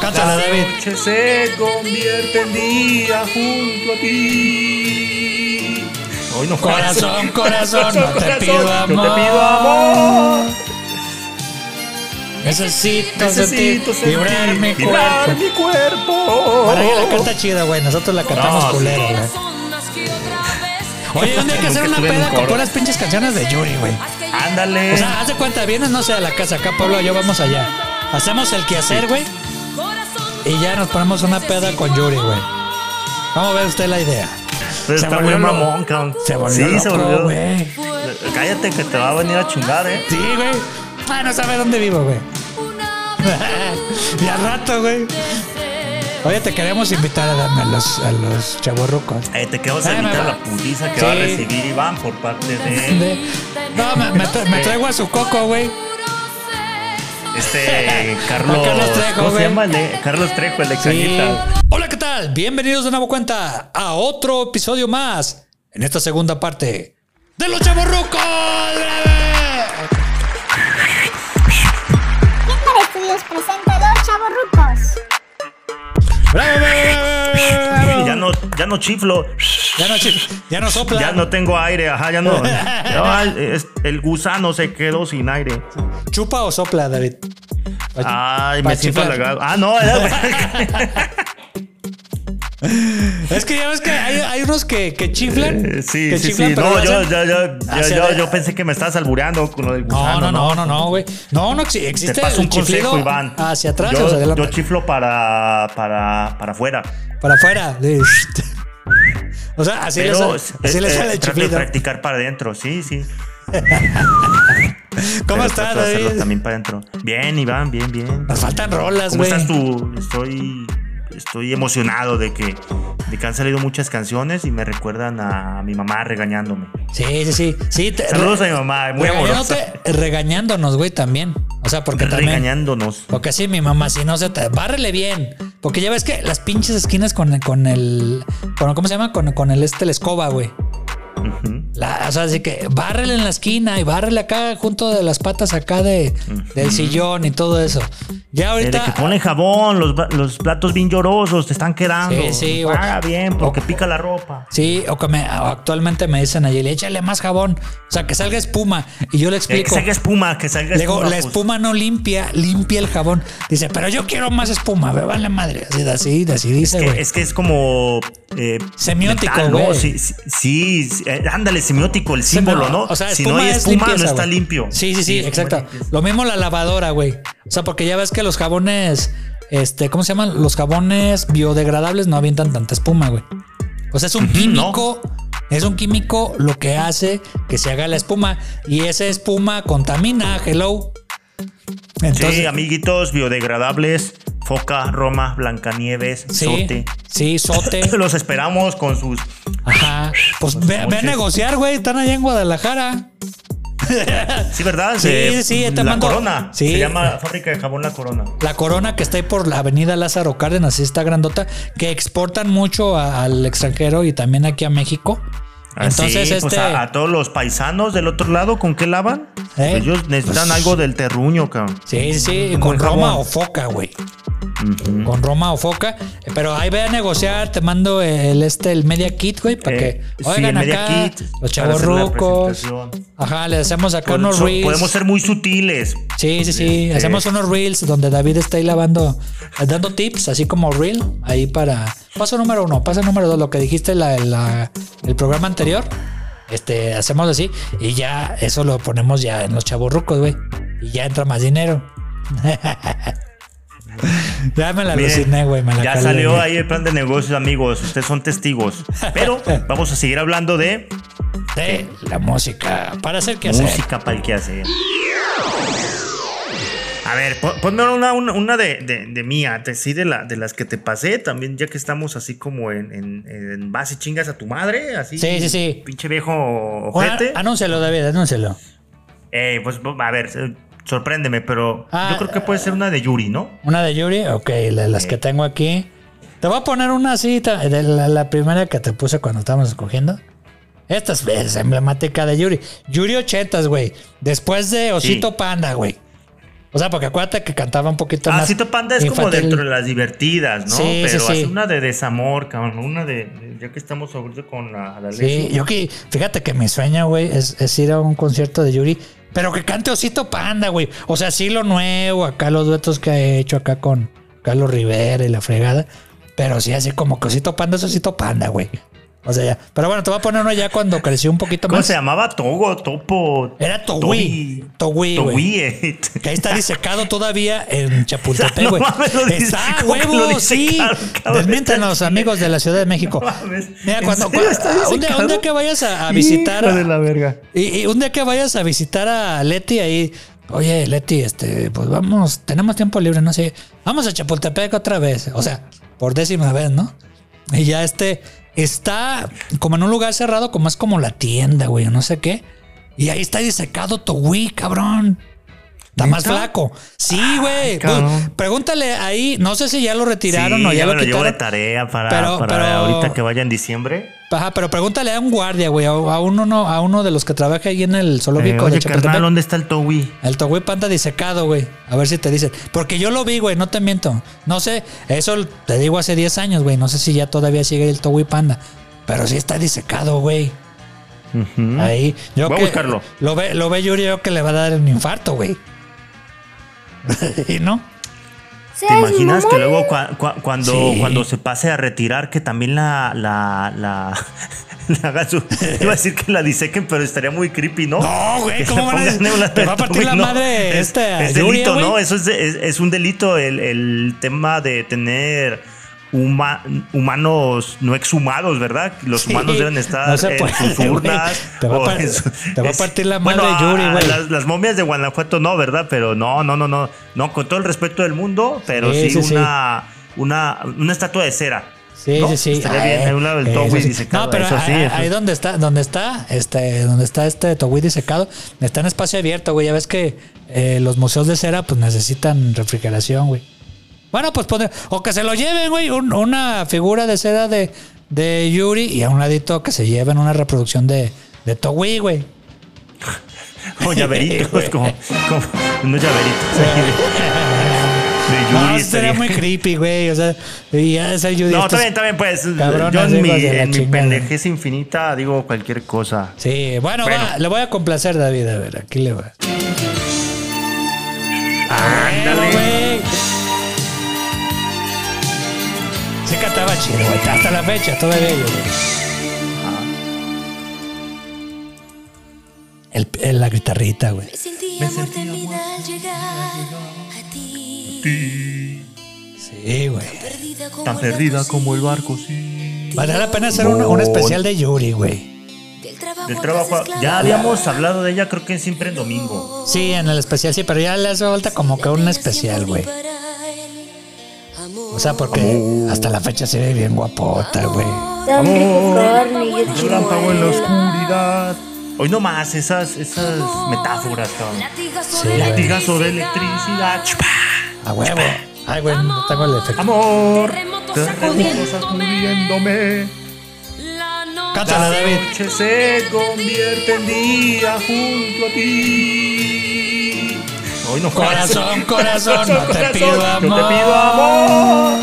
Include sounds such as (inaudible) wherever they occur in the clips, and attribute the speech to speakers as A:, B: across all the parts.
A: Cántala, David.
B: que se convierte en día junto a ti. Hoy no
A: Corazón, corazón, no te pido amor.
B: Yo te pido amor.
A: Necesito,
B: Necesito
A: sentir, vibrar Oh.
B: sentir,
A: mi
B: vibrar
A: cuerpo.
B: mi cuerpo.
A: Para ella la canta chida, güey. Nosotros la cantamos
B: No, sí.
A: culera, güey. Oye, un día hay que hacer una
B: Nunca tuve
A: peda
B: un
A: con
B: coro.
A: puras pinches canciones de Yuri, güey.
B: Ándale.
A: O sea, haz de cuenta, vienes, no sé, a la casa. Acá Pablo y yo vamos allá. Hacemos el quehacer, güey. Y ya nos ponemos una peda con Yuri, güey. Vamos a ver usted la idea.
B: Pero
A: se
B: está
A: volvió
B: muy
A: lo-
B: mamón, cabrón.
A: Se volvió
B: Sí, se
A: loco,
B: volvió.
A: güey.
B: Cállate que te va a venir a chingar, eh.
A: Sí, güey. Ah, no sabe dónde vivo, güey. (laughs) y al rato, güey. Oye, te queremos invitar a, darme a los, a los chavorrucos.
B: Eh, te quedas
A: Ay,
B: a evitar
A: mamá.
B: la putiza que
A: Sí.
B: va a recibir Iván por parte de
A: (laughs) De- No, me, me tra- me traigo a su coco, güey. (laughs)
B: este Carlos.
A: A Carlos Trejo,
B: ¿Cómo
A: güey.
B: se llama? El de Carlos Trejo, el de
A: Sí.
B: Cañita.
A: Hola, ¿qué tal? Bienvenidos de nuevo cuenta a otro episodio más en esta segunda parte de Los Chavorrucos. ¡Bravo!
C: Kinder Estudios presenta dos chavos rucos.
A: ¡Bravo, bravo, bravo, bravo!
B: (laughs) Ya no, ya no chiflo.
A: Ya no, chi- ya no sopla.
B: Ya no tengo aire, ajá, ya
A: (laughs)
B: no. Ya el, es- el gusano se quedó sin aire.
A: ¿Chupa o sopla, David? Pa-
B: Ay,
A: pa
B: me siento
A: chiflar.
B: halagado. Ah, no, era-
A: (laughs) Es que ya ves que hay, hay unos que, que chiflan.
B: Eh, sí,
A: que
B: sí,
A: chiflan,
B: sí.
A: pero
B: No,
A: lo
B: yo,
A: hacen-
B: yo, yo, yo,
A: hacia
B: yo,
A: de-
B: yo pensé que me estabas albureando con lo del
A: No,
B: gusano.
A: no, no, no, no, güey. No, no, exi-
B: Ah, Te
A: existe
B: paso
A: el
B: un consejo,
A: chiflido
B: Iván.
A: hacia atrás
B: Yo,
A: o hacia adelante.
B: yo chiflo para, para, para afuera.
A: para afuera. de- (laughs) O sea, así le
B: Pero
A: sale,
B: es-
A: así le
B: eh,
A: sale el
B: trato de
A: chiflido.
B: practicar para adentro, sí, sí.
A: ¿Cómo
B: Pero
A: estás,
B: trato de hacerlo
A: David?
B: también para adentro. Bien, Iván, bien, bien.
A: Nos faltan rolas,
B: ¿Cómo
A: güey.
B: estás tú? Estoy, estoy emocionado de que, de que han salido muchas canciones y me recuerdan a mi mamá regañándome.
A: Sí, sí, sí. sí te-
B: Saludos a mi mamá, muy amorosa.
A: regañándote- Regañándonos, güey, también. O sea, porque también.
B: Regañándonos.
A: Porque sí, mi mamá, si no se te. Bárrele bien. Porque ya ves que las pinches esquinas con, con el. Con, ¿Cómo se llama? Con, con el este, la escoba, güey.
B: Ujú. Eh,
A: La- o sea, así que bárrele en la esquina y bárrele acá junto de las patas acá de, del sillón y todo eso. Ya
B: Eh, De
A: ahorita.
B: que ponen jabón, los, ba- los platos bien llorosos te están quedando.
A: Sí, sí, o-
B: Paga bien porque pica la ropa.
A: Sí, o que me, o actualmente me dicen allí, échale más jabón. O sea, que salga espuma. Y yo le
B: Eh, Que
A: explico.
B: salga espuma, que salga
A: Le digo,
B: espuma.
A: la
B: pues.
A: espuma no limpia, limpia el jabón. Dice, pero yo quiero más espuma, me vale madre. Así, así, así dice,
B: Que-
A: güey.
B: es que es como. eh,
A: Semiótico,
B: metal, ¿no?
A: güey.
B: Sí, sí, sí, sí, eh, ándale, semiótico, el símbolo, ¿no?
A: O sea,
B: si no hay
A: es
B: espuma,
A: limpieza,
B: no está
A: güey.
B: limpio.
A: Sí, sí, sí,
B: espuma
A: exacto.
B: limpieza.
A: Lo mismo la lavadora, güey. O sea, porque ya ves que los jabones, este, ¿cómo se llaman? Los jabones biodegradables no avientan tanta espuma, güey. O sea, es un químico, es un químico lo que hace que se haga la espuma y esa espuma contamina, hello. Entonces,
B: sí, amiguitos biodegradables, Foca, Roma, Blancanieves,
A: sí,
B: Sote.
A: sí, sote.
B: (laughs) Los esperamos con sus.
A: Ajá. Pues
B: Pues,
A: ve,
B: como
A: ve a
B: que-
A: negociar, güey. Están allá en Guadalajara.
B: Sí, ¿verdad?
A: Sí,
B: Eh,
A: sí, te
B: La
A: mando-
B: Corona.
A: Sí.
B: Se llama Fábrica de Jabón La Corona.
A: La corona que está ahí por la avenida Lázaro Cárdenas, sí está grandota, que exportan mucho a- al extranjero y también aquí a México.
B: Así,
A: Entonces, este.
B: pues a, a todos los paisanos del otro lado, ¿con qué lavan?
A: Eh,
B: Ellos necesitan
A: pues-
B: algo del terruño, cabrón.
A: sí, sí,
B: Un
A: con
B: buen
A: Roma
B: jabón.
A: o Foca, güey. Con Roma o Foca. Eh, Pero ahí ve a negociar, te mando el este, el media kit, güey, para
B: Eh,
A: que
B: sí,
A: oigan
B: el media
A: acá.
B: kit,
A: los
B: para
A: chavos
B: hacer la
A: rucos.
B: presentación.
A: Ajá, le hacemos acá
B: Pod-
A: unos
B: so-
A: reels.
B: podemos ser muy sutiles.
A: Sí, sí, sí.
B: Este-
A: Hacemos unos reels donde David está ahí lavando, eh, dando tips, así como reel, ahí para. Paso número uno, paso número dos, lo que dijiste la, la- el programa anterior. Este, hacemos así y ya eso lo ponemos ya en los chavorrucos, güey. Y ya entra más dinero. (laughs) ya me la
B: Miren,
A: aluciné, güey. me la
B: ya
A: calé,
B: salió
A: güey.
B: ahí el plan de negocios, amigos. Ustedes son testigos.
A: (laughs)
B: Pero vamos a seguir hablando de
A: De la música. Para hacer que hacer.
B: música para el que hace. A ver, pon- ponme una, una, una de, de- de mía, te- sí, de, la, de las que te pasé también, ya que estamos así como en, en, en base chingas a tu madre, así.
A: Sí, sí, sí.
B: Pinche viejo
A: Ahora, ah,
B: ojete.
A: anúncialo, David, anúncialo.
B: Eh, pues a ver, eh, sorpréndeme, pero
A: Ah,
B: yo creo que puede ser una de Yuri, ¿no?
A: Una de Yuri, ok, la- las que tengo aquí. Te voy a poner una así, ta- de la, la primera que te puse cuando estábamos escogiendo. Esta es, es emblemática de Yuri. Yuri ochentas, güey. Después de Osito
B: Sí.
A: Panda, güey. O sea, porque acuérdate que cantaba un poquito más.
B: Así Ah, Panda es como
A: infantil.
B: dentro de las divertidas, ¿no?
A: Sí,
B: Pero
A: sí, sí.
B: hace una de desamor, cabrón. Una de. de- Ya que estamos ahorita con la, la
A: Sí,
B: Leslie.
A: yo que, fíjate que mi sueño, güey, es, es ir a un concierto de Yuri, pero que cante Osito Panda, güey. O sea, sí lo nuevo, acá los duetos que ha hecho acá con Carlos Rivera y la fregada, pero sí así como que Osito Panda es Osito Panda, güey. O sea, ya. Pero bueno, te voy a poner uno ya cuando creció un poquito
B: ¿Cómo
A: más.
B: se llamaba? Togo, Topo.
A: Era Togui. Togui, güey.
B: Togui. Togui, eh.
A: Que ahí está disecado todavía en
B: O sea,
A: Chapultepec,
B: (laughs) no
A: güey.
B: mames, lo dice-
A: está ah,
B: ¿cómo que lo
A: huevo, sí.
B: disecaron, cabrón?
A: Desmiéntanos, amigos de la Ciudad de México.
B: mames.
A: Mira,
B: ¿En
A: cuando,
B: serio está
A: cua- un, día, un día
B: disecado?
A: que vayas a, a visitar.
B: Hijo de la verga.
A: Y, y un día que vayas a visitar a Leti ahí, oye, Leti, este, pues vamos, tenemos tiempo libre, no sé, vamos a Chapultepec otra vez, o sea, por décima vez, ¿no? Y ya este está como en un lugar cerrado, como es como la tienda, güey, o no sé qué. Y ahí está disecado Togui, cabrón. Está más
B: ¿Neta?
A: flaco. Sí, güey. Pues,
B: cabrón.
A: pregúntale ahí, no sé si ya lo retiraron
B: Sí,
A: o ya, lo
B: me lo llevo de
A: quitaron.
B: tarea para,
A: Pero-
B: para
A: pero-
B: ahorita que vaya en diciembre.
A: Ajá, pero pregúntale a un guardia, güey, a, a uno no, a uno de los que trabaja ahí en el
B: Eh,
A: zoológico de
B: oye,
A: Chapultepec.
B: carnal, ¿dónde está el Towi?
A: El Togui Panda disecado, güey. A ver si te dicen. Porque yo lo vi, güey, no te miento. No sé, eso te digo hace 10 años, güey. No sé si ya todavía sigue el Togui Panda. Pero sí está disecado, güey. Ahí. Yo
B: Voy a
A: que-
B: buscarlo.
A: Lo ve, lo ve Yuri, yo que le va a dar un infarto,
B: (laughs)
A: güey. ¿Y no?
B: ¿Te
C: Seas
B: imaginas que
C: mamón.
B: luego cua- cua- cuando,
A: Sí.
B: cuando se pase a retirar, que también la. la, la (laughs) la hagan su- (laughs) Iba a decir que la disequen, pero estaría muy creepy, ¿no?
A: No, güey,
B: Que
A: (laughs) ¿cómo
B: le
A: van a-
B: pongan una-
A: te va a partir la
B: No,
A: madre
B: es,
A: este, a
B: es
A: Yuri,
B: delito,
A: güey.
B: ¿no? Eso es, de- es, es un delito el, el tema de tener huma- humanos no exhumados, ¿verdad? Los
A: Sí,
B: humanos deben estar
A: no se
B: en
A: puede,
B: sus
A: güey.
B: urnas.
A: Te va a
B: o
A: par-
B: en su-
A: te va a
B: es-
A: partir la
B: Bueno,
A: madre,
B: a-
A: Yuri, güey.
B: las- las momias de Guanajuato no, ¿verdad? Pero no, no, no, no. No, con todo el respeto del mundo, pero
A: Sí,
B: sí,
A: sí, sí.
B: una, Una, una estatua de cera.
A: Sí,
B: ¿no?
A: sí, sí.
B: Estaría
A: Ah,
B: bien. Hay un lado del
A: eh,
B: Togui
A: eso sí.
B: disecado.
A: No, pero
B: eso sí,
A: ahí,
B: eso
A: ahí donde está, donde está, este, donde está este Togui disecado, está en espacio abierto, güey. Ya ves que eh, los museos de cera, pues necesitan refrigeración, güey. Bueno, pues poner, o que se lo lleven, güey, un- una figura de cera de, de Yuri y a un ladito que se lleven una reproducción de, de Togui, güey. (laughs)
B: Con llaveritos,
A: Güey.
B: como, como unos llaveritos
A: (laughs)
B: ahí de, de Yuri.
A: No,
B: estaría-
A: sería muy creepy, güey. O sea, y ya es el Yuri.
B: No,
A: estos-
B: también, también, pues.
A: cabrones,
B: yo en mi,
A: hijos de la
B: en mi
A: chingada.
B: pendejez infinita digo cualquier cosa.
A: Sí, bueno,
B: Bueno.
A: va, le voy a complacer, David. A ver, aquí le va.
B: Ándale.
A: güey. Se cantaba chido, güey. Hasta la fecha, todavía yo, güey. El, el- la guitarrita, güey.
D: Sentí amor de mi vida al llegar a ti.
A: Sí, güey.
D: Perdida como
B: Tan
D: el barco
B: perdida como el
D: sin
B: barco, sí.
A: Valdrá la pena hacer un, un especial de Yuri, güey.
D: ti. Del trabajo,
B: Del
D: a
B: trabajo.
D: las
B: Ya
D: esclavas.
B: habíamos hablado de ella, creo que siempre en domingo.
A: Sí, en el especial, sí, pero ya le hace falta como que un
D: Tenía
A: especial, güey.
D: siempre para el amor.
A: O sea,
B: Oh.
A: porque hasta la fecha se ve bien guapota, güey.
C: Don Capricornio, yo
D: Amor.
C: te
B: Relámpago en la oscuridad. Hoy no más, esas, esas metáforas, cabrón.
D: Latigazo
A: Sí,
D: de
A: güey.
B: Latigazo de electricidad. Chupa.
A: A huevo. Ay, güey, no tengo el efecto.
B: Amor.
D: Terremotos
B: Terremotos sacudiéndome.
D: La noche
A: Cántala, David.
B: noche se convierte en día junto a ti. Hoy no
A: Corazón, corazón, no te
B: corazón,
A: pido
B: Yo te
A: amor.
B: pido amor.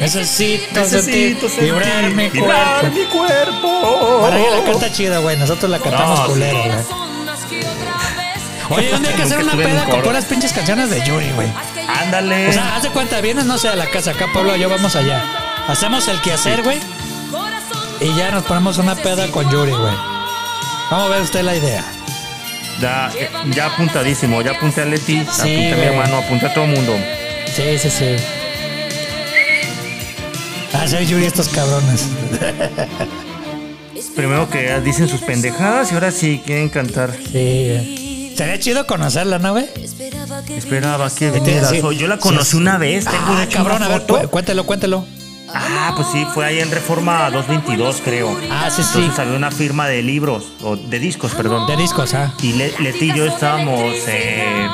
A: Necesito,
B: Necesito
A: sentir, vibrar mi cuerpo.
B: vibrar mi cuerpo.
A: Para ella la canta chida, güey. Nosotros la cantamos
B: Oh. No, sí.
A: culera, güey.
D: las ondas que otra vez.
A: Oye, ¿dónde hay que hacer
B: Nunca
A: una
B: estuve en un
A: peda con
B: coro.
A: puras pinches canciones de Yuri, güey?
D: Haz que
B: Ándale.
A: O sea, haz de cuenta, vienes, no sé, a la casa. Acá Pablo y yo vamos allá. Hacemos el quehacer, güey.
D: llegue corazón
A: Y ya nos ponemos una peda con Yuri, güey. Vamos a ver usted la idea.
B: ya, ya apuntadísimo, ya apunté a Leti, apunté a mi
A: güey.
B: hermano, apunté a todo el mundo.
A: Sí, sí, sí. Hacer Ah, Yuri estos cabrones.
B: Primero que dicen sus pendejadas y ahora sí quieren cantar.
A: Sí, güey. Sería chido conocerla, ¿no, güey?
D: Esperaba que
B: Esperaba que
A: Vete,
B: vinieras
A: sí.
B: hoy. Yo la
A: Sí,
B: conocí
A: sí.
B: una vez, tengo de
A: Ah,
B: hecho
A: cabrón,
B: una
A: a ver,
B: foto.
A: cu- cuéntelo, cuéntelo.
B: Ah, pues sí, fue ahí en Reforma 222, creo.
A: Ah, sí, sí.
B: Entonces había una firma de libros, o de discos, perdón.
A: De discos, ah.
B: Y Le- Leti y yo estábamos eh,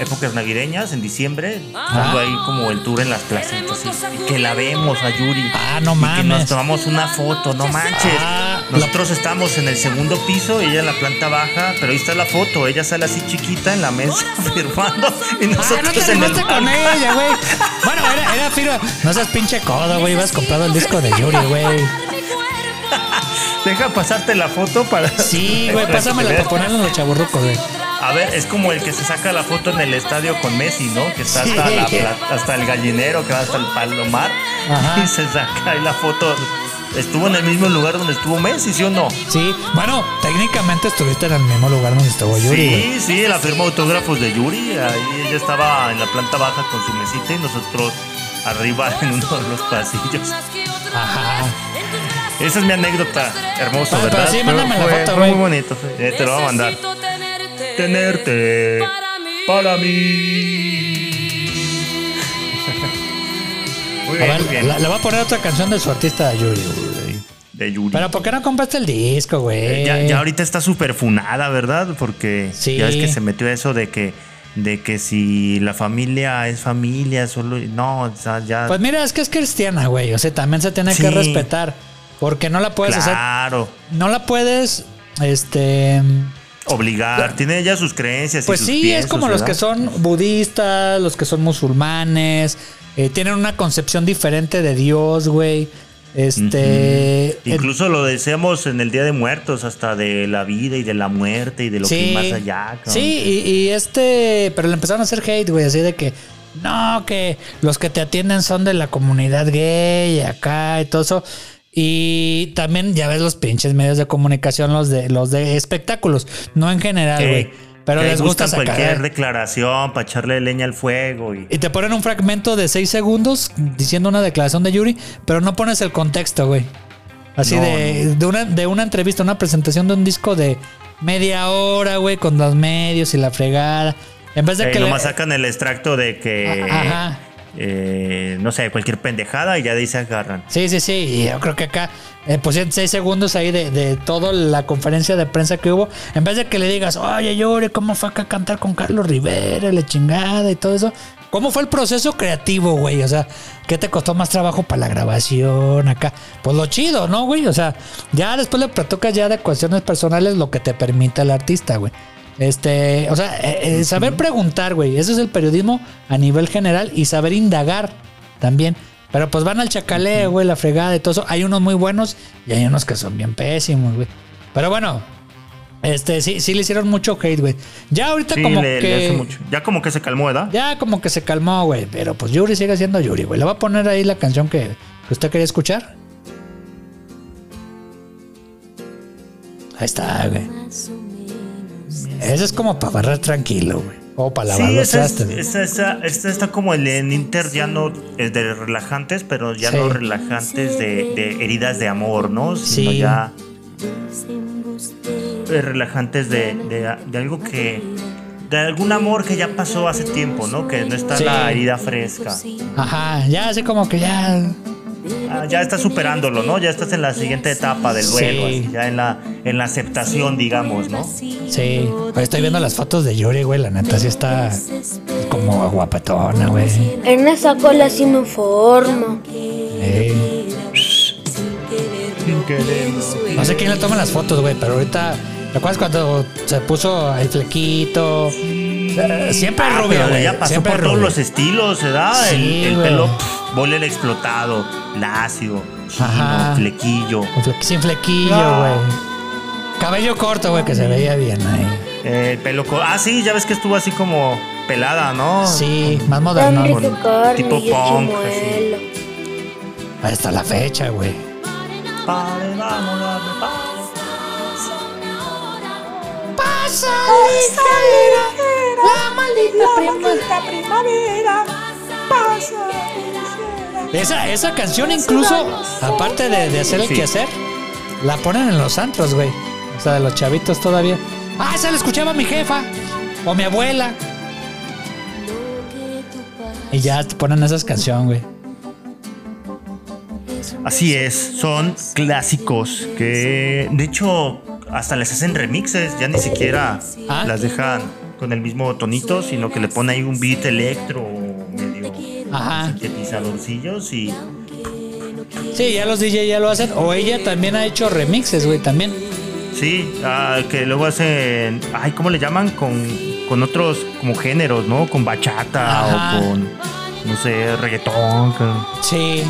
B: épocas navideñas, en diciembre, pongo ahí como el tour en las placitas y, y que la vemos a Yuri.
A: Ah, no
B: y Que
A: mames.
B: nos tomamos una foto, no manches.
A: Ah,
B: Nosotros estamos en el segundo piso y ella en la planta baja, pero ahí está la foto. Ella sale así chiquita en la mesa firmando y
A: Ah, no
B: nosotros
A: te
B: en el
A: animaste con ella, güey. Bueno, era, era firma. No seas pinche codo, güey. Ibas comprado el disco de Yuri, güey.
B: Deja pasarte la foto para.
A: Sí, güey,
B: (laughs) para
A: pásamela
B: ver.
A: para ponerla en los chaburrucos, güey.
B: A ver, es como el que se saca la foto en el estadio con Messi, ¿no? (laughs) Que está
A: Sí.
B: hasta, la pla- hasta el gallinero, que va hasta el palomar.
A: Ajá.
B: Y se saca ahí la foto. Estuvo en el mismo lugar donde estuvo Messi, ¿sí o no?
A: Sí, bueno, técnicamente estuviste en el mismo lugar donde estuvo Yuri, güey.
B: Sí, sí, la firma de autógrafos de Yuri. Ahí ella estaba en la planta baja con su mesita y nosotros arriba (laughs) en uno de los pasillos.
A: Ajá.
B: Esa es mi anécdota. Hermoso,
A: Ah, pero
B: ¿verdad?
A: sí,
B: Fue-
A: mándame la
B: fue-
A: foto,
B: fue
A: güey.
B: muy bonito. sí. Eh, te lo voy a mandar.
D: Tenerte,
B: Tenerte para mí. (laughs) Muy
A: A
B: bien, muy
A: ver,
B: bien.
A: la- le voy a poner otra canción de su artista de Yuri, güey.
B: De Yuri.
A: Pero ¿por qué no compraste el disco, güey?
B: Eh, Ya, ya ahorita está súper funada, ¿verdad? Porque
A: eh, Sí.
B: ya es que se metió eso de que de que si la familia es familia, solo no, o sea, ya
A: Pues mira, es que es cristiana, güey. O sea, también se tiene
B: Sí.
A: que respetar. Porque no la puedes hacer.
B: claro,
A: No la puedes. Este.
B: obligar, tiene ella sus creencias y
A: Pues
B: sus
A: sí, es
B: piensos,
A: como los
B: ¿verdad?
A: que son budistas, los que son musulmanes, eh, tienen una concepción diferente de Dios, güey. Este. eh,
B: Incluso lo deseamos en el Día de Muertos, hasta de la vida y de la muerte y de lo que hay más allá. cabrón.
A: Sí, y, y este. Pero le empezaron a hacer hate, güey, así de que. No, que los que te atienden son de la comunidad gay, acá y todo eso. Y también ya ves los pinches medios de comunicación, los de los de espectáculos, no en general,
B: Que-
A: güey. Pero
B: que
A: les gusta
B: gustan cualquier
A: sacar.
B: declaración para echarle leña al fuego y
A: Y te ponen un fragmento de 6 segundos diciendo una declaración de Yuri, pero no pones el contexto, güey. Así
B: No,
A: de, de una, de una entrevista, una presentación de un disco de media hora, güey, con los medios y la fregada. En vez de
B: Eh,
A: que... le-
B: nomás sacan el extracto de que.
A: A- ajá.
B: eh, no sé, cualquier pendejada y ya de ahí se agarran.
A: Sí, sí, sí. Y yo creo que acá eh, pusieron 6 segundos ahí de, de toda la conferencia de prensa que hubo. En vez de que le digas, oye, Yuri, ¿cómo fue acá a cantar con Carlos Rivera, la chingada y todo eso? ¿Cómo fue el proceso creativo, güey? O sea, ¿qué te costó más trabajo para la grabación acá? Pues lo chido, ¿no, güey? O sea, ya después le tocas ya de cuestiones personales lo que te permite el artista, güey. Este, o sea, eh, eh, saber preguntar, güey. Eso es el periodismo a nivel general y saber indagar también. Pero pues van al chacaleo, güey, la fregada y todo eso. Hay unos muy buenos y hay unos que son bien pésimos, güey. Pero bueno, este sí, sí le hicieron mucho hate, güey. Ya ahorita
B: Sí,
A: como
B: le, le
A: que.
B: hace mucho. Ya como que se calmó, ¿verdad?
A: Ya como que se calmó, güey. Pero pues Yuri sigue siendo Yuri, güey. Le voy a poner ahí la canción que, que usted quería escuchar. Ahí está, güey. Eso es como para barrer tranquilo, güey. O para lavar
B: Sí,
A: los
B: esa, es-
A: trastes. güey.
B: esa- esa- esta está como el en Inter, ya no es de relajantes, pero ya
A: Sí.
B: no relajantes de, de heridas de amor, ¿no? Sino
A: Sí.
B: ya eh, relajantes de, de- de algo que. de algún amor que ya pasó hace tiempo, ¿no? Que no está
A: Sí.
B: la herida fresca.
A: Ajá, ya así como que ya.
B: Ah, ya estás superándolo, ¿no? Ya estás en la siguiente etapa del duelo,
A: Sí.
B: así, ya en la, en la aceptación, digamos, ¿no?
A: Sí, Oye, estoy viendo las fotos de Yuri, güey. La neta sí está como guapetona, güey.
E: En esa cola sí me formo.
A: Eh, No sé quién le toma las fotos, güey, pero ahorita. ¿Te acuerdas cuando se puso el flequito? Eh, Siempre
B: Ah,
A: es rubia,
B: pero
A: güey.
B: ya pasó
A: siempre
B: por
A: es
B: todos
A: rubia.
B: los estilos, ¿verdad?
A: Sí,
B: el el
A: güey.
B: pelo pff, boiler explotado, lácido, chino,
A: Ajá.
B: flequillo.
A: Con fle- Sin flequillo,
B: No.
A: güey. Cabello corto, güey, que se veía bien ahí.
B: eh, el pelo. co- Ah, sí, ya ves que estuvo así como pelada, ¿no?
A: Sí, más moderno.
E: Hombre
B: Ah, con-
E: que
B: tipo
E: corre, yo
B: punk, así.
E: chimuelo.
A: Hasta la fecha, güey.
B: Pare, vámonos, pare.
A: Esa, esa canción incluso, aparte de, de hacer el
B: Sí.
A: quehacer, la ponen en los antros, güey. O sea, de los chavitos todavía. Ah, esa la escuchaba mi jefa o mi abuela. Y ya te ponen esas canciones, güey.
B: Así es, son clásicos que de hecho hasta les hacen remixes, ya ni siquiera
A: Ah.
B: las dejan con el mismo tonito, sino que le pone ahí un beat electro medio
A: Ajá.
B: sintetizadorcillos y
A: Sí, ya los DJ ya lo hacen. O ella también ha hecho remixes, güey, también.
B: sí, ah, que luego hacen, ay, ¿cómo le llaman? Con, con otros como géneros, ¿no? Con bachata
A: Ajá.
B: o con, no sé, reggaetón. con-
A: Sí.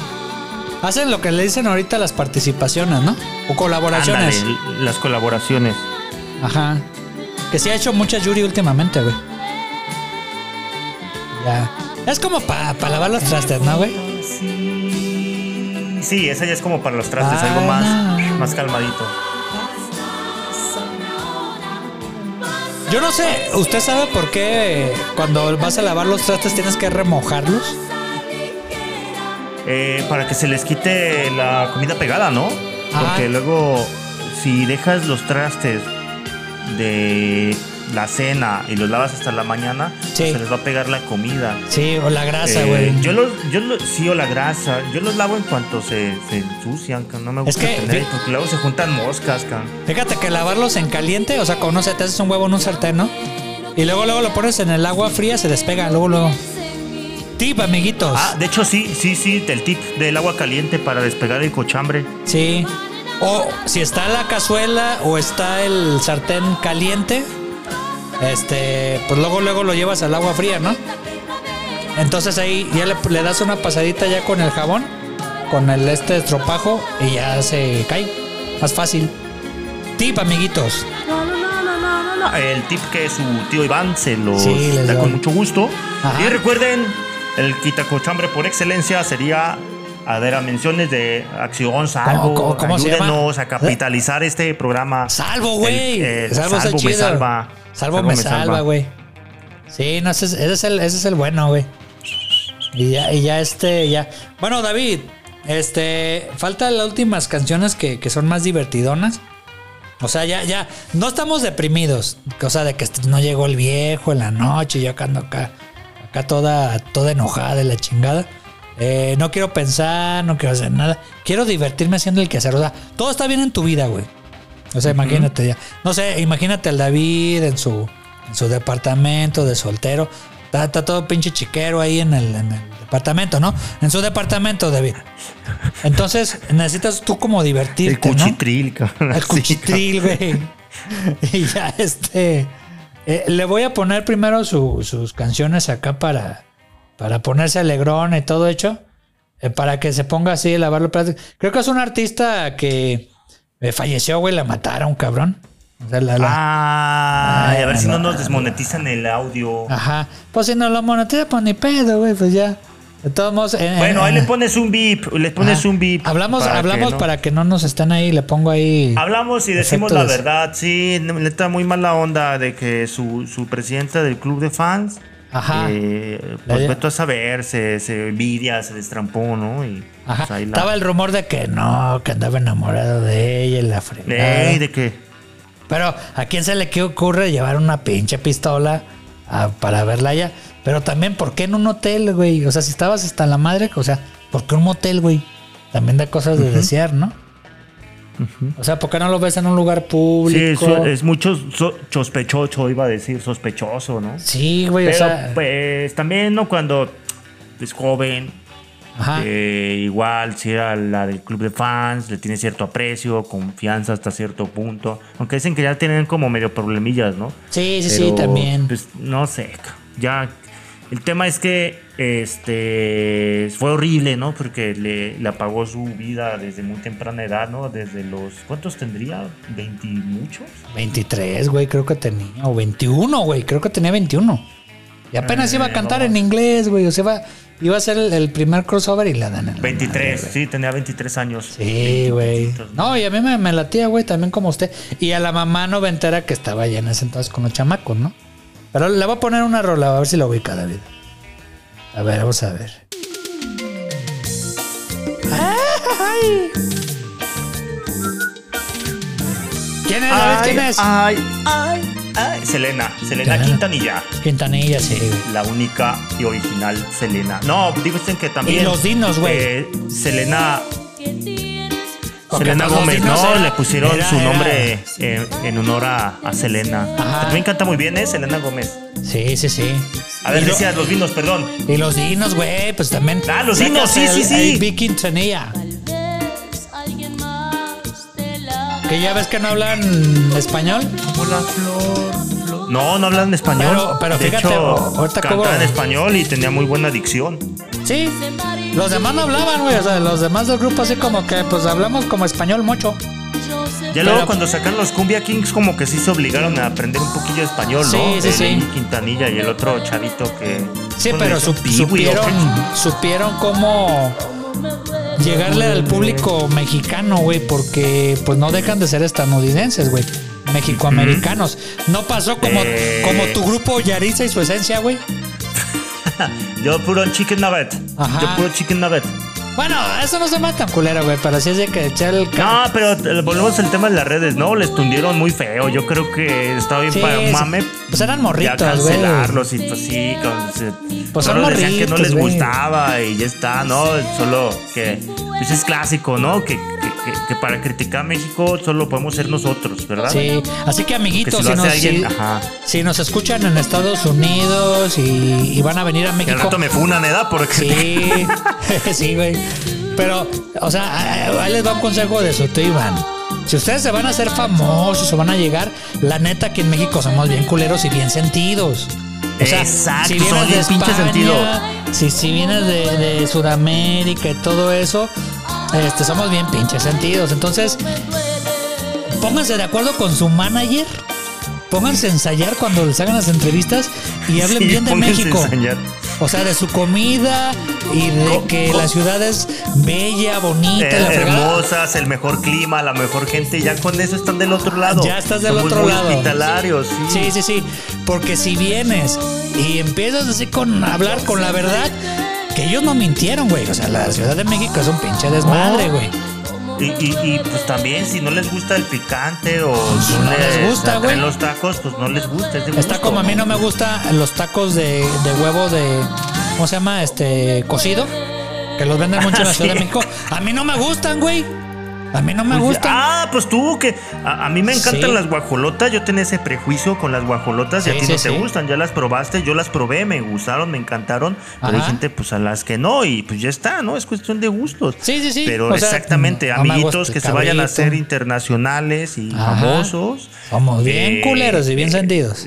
A: Hacen lo que le dicen ahorita las participaciones, ¿no? O colaboraciones.
B: Ándale, las colaboraciones.
A: Ajá. Que sí ha hecho mucha Yuri últimamente, güey. Ya. Es como para lavar los trastes, ¿no, güey?
B: Sí, esa ya es como para los trastes, algo
A: Ah,
B: más,
A: no.
B: más calmadito.
A: Yo no sé, ¿usted sabe por qué cuando vas a lavar los trastes tienes que remojarlos?
B: Eh, para que se les quite la comida pegada, ¿no?
A: Ajá.
B: Porque luego, si dejas los trastes de la cena y los lavas hasta la mañana, pues
A: Sí.
B: se les va a pegar la comida.
A: Sí, o la grasa,
B: Eh,
A: güey.
B: yo los, yo los, sí, o la grasa. Yo los lavo en cuanto se, se ensucian, que no me
A: Es
B: gusta
A: que- Pues
B: tener, porque luego se juntan moscas, can.
A: Fíjate que lavarlos en caliente, o sea, cuando no se te haces un huevo en un sartén, ¿no? Y luego, luego lo pones en el agua fría, se despega, luego, luego. Tip, amiguitos.
B: Ah, de hecho, sí, sí, sí, el tip del agua caliente para despegar el cochambre.
A: Sí. O si está la cazuela o está el sartén caliente, este, pues luego, luego lo llevas al agua fría, ¿no? Entonces ahí ya le, le das una pasadita ya con el jabón, con el este estropajo y ya se cae. Más fácil. Tip, amiguitos.
B: No, no, no, no, no, no, no. El tip que su tío Iván se los
A: Sí, les
B: da
A: doy.
B: con mucho gusto.
A: Ajá.
B: Y recuerden, el quitacochambre por excelencia sería a ver a menciones de acción salvo.
A: cómo- cómo se llama?
B: ayúdenos a capitalizar este programa.
A: Salvo, güey.
B: El- el
A: salvo, está
B: Salvo me
A: chido.
B: salva.
A: Salvo, me, salva, güey. Sí, no, ese, es- ese es el, ese es el bueno, güey. Y ya, y ya este, ya. Bueno, David, este, faltan las últimas canciones que, que son más divertidonas. O sea, ya, ya, no estamos deprimidos. O sea, de que est- no llegó el viejo en la noche, yo acá ando acá, acá toda, toda enojada de la chingada. Eh, no quiero pensar, no quiero hacer nada. Quiero divertirme haciendo el quehacer. O sea, todo está bien en tu vida, güey. O sea, imagínate ya. No sé, imagínate al David en su, en su departamento de soltero. Está, está todo pinche chiquero ahí en el, en el departamento, ¿no? En su departamento, David. Entonces, necesitas tú como divertirte.
B: El
A: ¿no?
B: cuchitril, cabrón.
A: El
B: Sí,
A: cuchitril, güey. y ya este. eh, le voy a poner primero su- sus canciones acá para, para ponerse alegrón y todo hecho. eh, para que se ponga así, lavar los platos. Creo que es un artista que eh, falleció, güey, la mataron, cabrón. O sea, la- la-
B: Ah, a ver si
A: Ah,
B: no
A: no,
B: nos desmonetizan el audio.
A: Ajá. Pues si no lo monetiza, pues ni pedo, güey, pues ya. De todos modos. eh,
B: Bueno,
A: eh,
B: ahí le
A: eh,
B: pones un beep, le pones
A: ajá.
B: un beep.
A: Hablamos,
B: que
A: hablamos
B: no-
A: para que no nos estén ahí, le pongo ahí.
B: Hablamos y decimos
A: Efecto
B: la
A: de-
B: verdad, sí, neta muy mala onda de que su, su presidenta del club de fans,
A: Ajá.
B: eh, pues
A: La-
B: vete a saber, se, se envidia, se destrampó, ¿no? Y
A: Ajá.
B: pues, ahí la-
A: Estaba el rumor de que no, que andaba enamorado de ella y la fregada.
B: Ey, de que
A: Pero ¿a quién se le que ocurre llevar una pinche pistola a- para verla allá? Pero también, ¿por qué en un hotel, güey? O sea, si estabas hasta la madre, o sea, ¿por qué un motel, güey? También da cosas de desear, ¿no? O sea, ¿por qué no lo ves en un lugar
B: sí,
A: público?
B: so- es mucho so- sospechoso, iba a decir, sospechoso, ¿no?
A: Sí, güey,
B: Pero
A: o sea.
B: pues también, ¿no? Cuando es joven,
A: ajá.
B: eh, igual si era la del club de fans, le tiene cierto aprecio, confianza hasta cierto punto, aunque dicen que ya tienen como medio problemillas, ¿no?
A: Sí, sí, sí,
B: Pero,
A: también.
B: Pues no sé, ca- ya. El tema es que este fue horrible, ¿no? Porque le, le apagó su vida desde muy temprana edad, ¿no? Desde los. ¿Cuántos tendría? ¿20 y muchos?
A: 23, güey, creo que tenía. O 21, güey, creo que tenía 21. Y apenas
B: Eh,
A: iba a cantar
B: no.
A: en inglés, güey. O sea, iba, iba a ser el, el primer crossover y la dan en la
B: 23,
A: madre, güey.
B: sí, tenía 23 años.
A: Sí, güey. No, y a mí me, me latía, güey, también como usted. Y a la mamá noventera que estaba ya en ese entonces con los chamacos, ¿no? Pero le voy a poner una rola, a ver si la ubica David. A ver, vamos a ver. ¡Ay! ¿Quién es, David?
B: Ay,
A: ¿Quién es?
B: ay, ay, ay. Selena, Selena
A: Ya.
B: Quintanilla.
A: Quintanilla, sí, güey.
B: La única y original eh, Selena. No, dicen que también.
A: los dinos, güey.
B: eh, Selena Selena
A: pues, los
B: Gómez,
A: niños
B: ¿no?
A: era-
B: le pusieron
A: era-
B: su
A: era-
B: nombre eh, en, honor a, a Selena.
A: Ajá.
B: También canta muy bien, ¿eh? Selena Gómez.
A: Sí, sí, sí.
B: A ver,
A: Y lo-
B: decías los vinos, perdón.
A: Y los dinos, güey, pues también.
B: Ah, los
A: Sacas
B: dinos, sí,
A: el-
B: sí, sí.
A: el Vicky Quintanilla,
D: pues
A: Que ya ves que no hablan español.
B: No, no hablan en español.
A: Pero- pero
B: de
A: fíjate,
B: hecho,
A: ahorita
B: cantaba
A: cómo-
B: en español y tenía muy buena dicción.
A: Sí. Los demás no hablaban, güey. O sea, los demás del grupo así como que pues hablamos como español mucho.
B: Ya luego
A: Pero-
B: cuando sacaron los Cumbia Kings como que sí se obligaron a aprender un poquillo de español,
A: Sí,
B: ¿no?
A: sí,
B: El
A: sí.
B: Eddie Quintanilla y el otro chavito que...
A: Sí,
B: bueno,
A: pero
B: es
A: sup-
B: Piwi,
A: supieron,
B: ¿o
A: supieron cómo llegarle al público mexicano, güey, porque pues no dejan de ser estadounidenses, güey. Mexicoamericanos. No pasó como,
B: Eh.
A: como tu grupo Yariza y su esencia, güey.
B: qué? Yo puro chicken nugget.
A: Ajá.
B: Yo puro chicken nugget.
A: Bueno, eso no se llama tan culero, güey, pero sí es de que echar el ca-
B: No, pero eh, volvemos al tema de las redes, ¿no? Les tundieron muy feo. Yo creo que estaba bien
A: Sí,
B: para
A: sí.
B: mame.
A: Pues eran morritos,
B: Ya
A: güey.
B: cancelarlos y pues sí. con- se-
A: Pues
B: solo
A: son
B: decían que no
A: morritos,
B: les
A: güey.
B: gustaba y ya está, ¿no? Solo que. Pues es clásico, ¿no? Que, que- que- que para criticar a México solo podemos ser nosotros, ¿verdad?
A: Sí, así que amiguitos,
B: Porque
A: si,
B: si lo
A: nos,
B: hace alguien,
A: si-
B: ajá.
A: si nos escuchan en Estados Unidos y, y van a venir a
B: Que al
A: México,
B: rato me funan, ¿edad? Porque. (laughs)
A: Sí, (laughs) sí, güey. Pero, o sea, ahí les va un consejo de eso, te Iván. Si ustedes se van a hacer famosos o van a llegar, la neta que en México somos bien culeros y bien sentidos. O sea,
B: Exacto,
A: si vienes
B: son
A: de
B: bien pinche
A: España,
B: sentidos.
A: Si, si vienes de, de Sudamérica y todo eso, este, somos bien pinches sentidos. Entonces, pónganse de acuerdo con su manager. Pónganse a ensayar cuando les hagan las entrevistas y hablen
B: Sí,
A: bien de
B: pónganse a
A: México.
B: ensayar.
A: O sea, de su comida y de
B: Co-
A: que
B: co-
A: la ciudad es bella, bonita,
B: Eh,
A: la fregada.
B: hermosas, el mejor clima, la mejor gente, ya con eso están del otro lado.
A: Ya estás del
B: Somos
A: otro
B: muy
A: lado.
B: Hospitalarios,
A: Sí, sí, sí. Porque si vienes y empiezas así con hablar con la verdad, que ellos no mintieron, güey. O sea, la Ciudad de México es un pinche desmadre, güey.
B: Y, y, y, pues también, si no les gusta el picante o
A: Pues, no
B: no
A: les
B: les,
A: gusta,
B: atraen
A: güey.
B: los tacos, pues no les gusta. es de
A: Está
B: gusto.
A: como a mí no me gustan los tacos de, de huevo de. ¿Cómo se llama? Este. Cocido. Que los venden
B: (laughs)
A: mucho en la
B: Ah, Sí.
A: Ciudad de México. A mí no me gustan, güey. A mí no me
B: Pues,
A: gustan.
B: Ah, pues tú, que a, a mí me encantan
A: Sí.
B: las guajolotas. Yo tenía ese prejuicio con las guajolotas y
A: Sí,
B: a ti
A: sí,
B: no
A: sí.
B: te gustan. Ya las probaste, yo las probé, me gustaron, me encantaron. Pero hay
A: Ajá.
B: gente, pues a las que no, y pues ya está, ¿no? Es cuestión de gustos.
A: Sí, sí, sí.
B: Pero
A: O sea,
B: exactamente,
A: no me
B: amiguitos
A: gusta el
B: que se vayan a
A: cabrito.
B: hacer internacionales y
A: Ajá.
B: famosos.
A: Somos bien
B: Eh,
A: culeros y bien sentidos.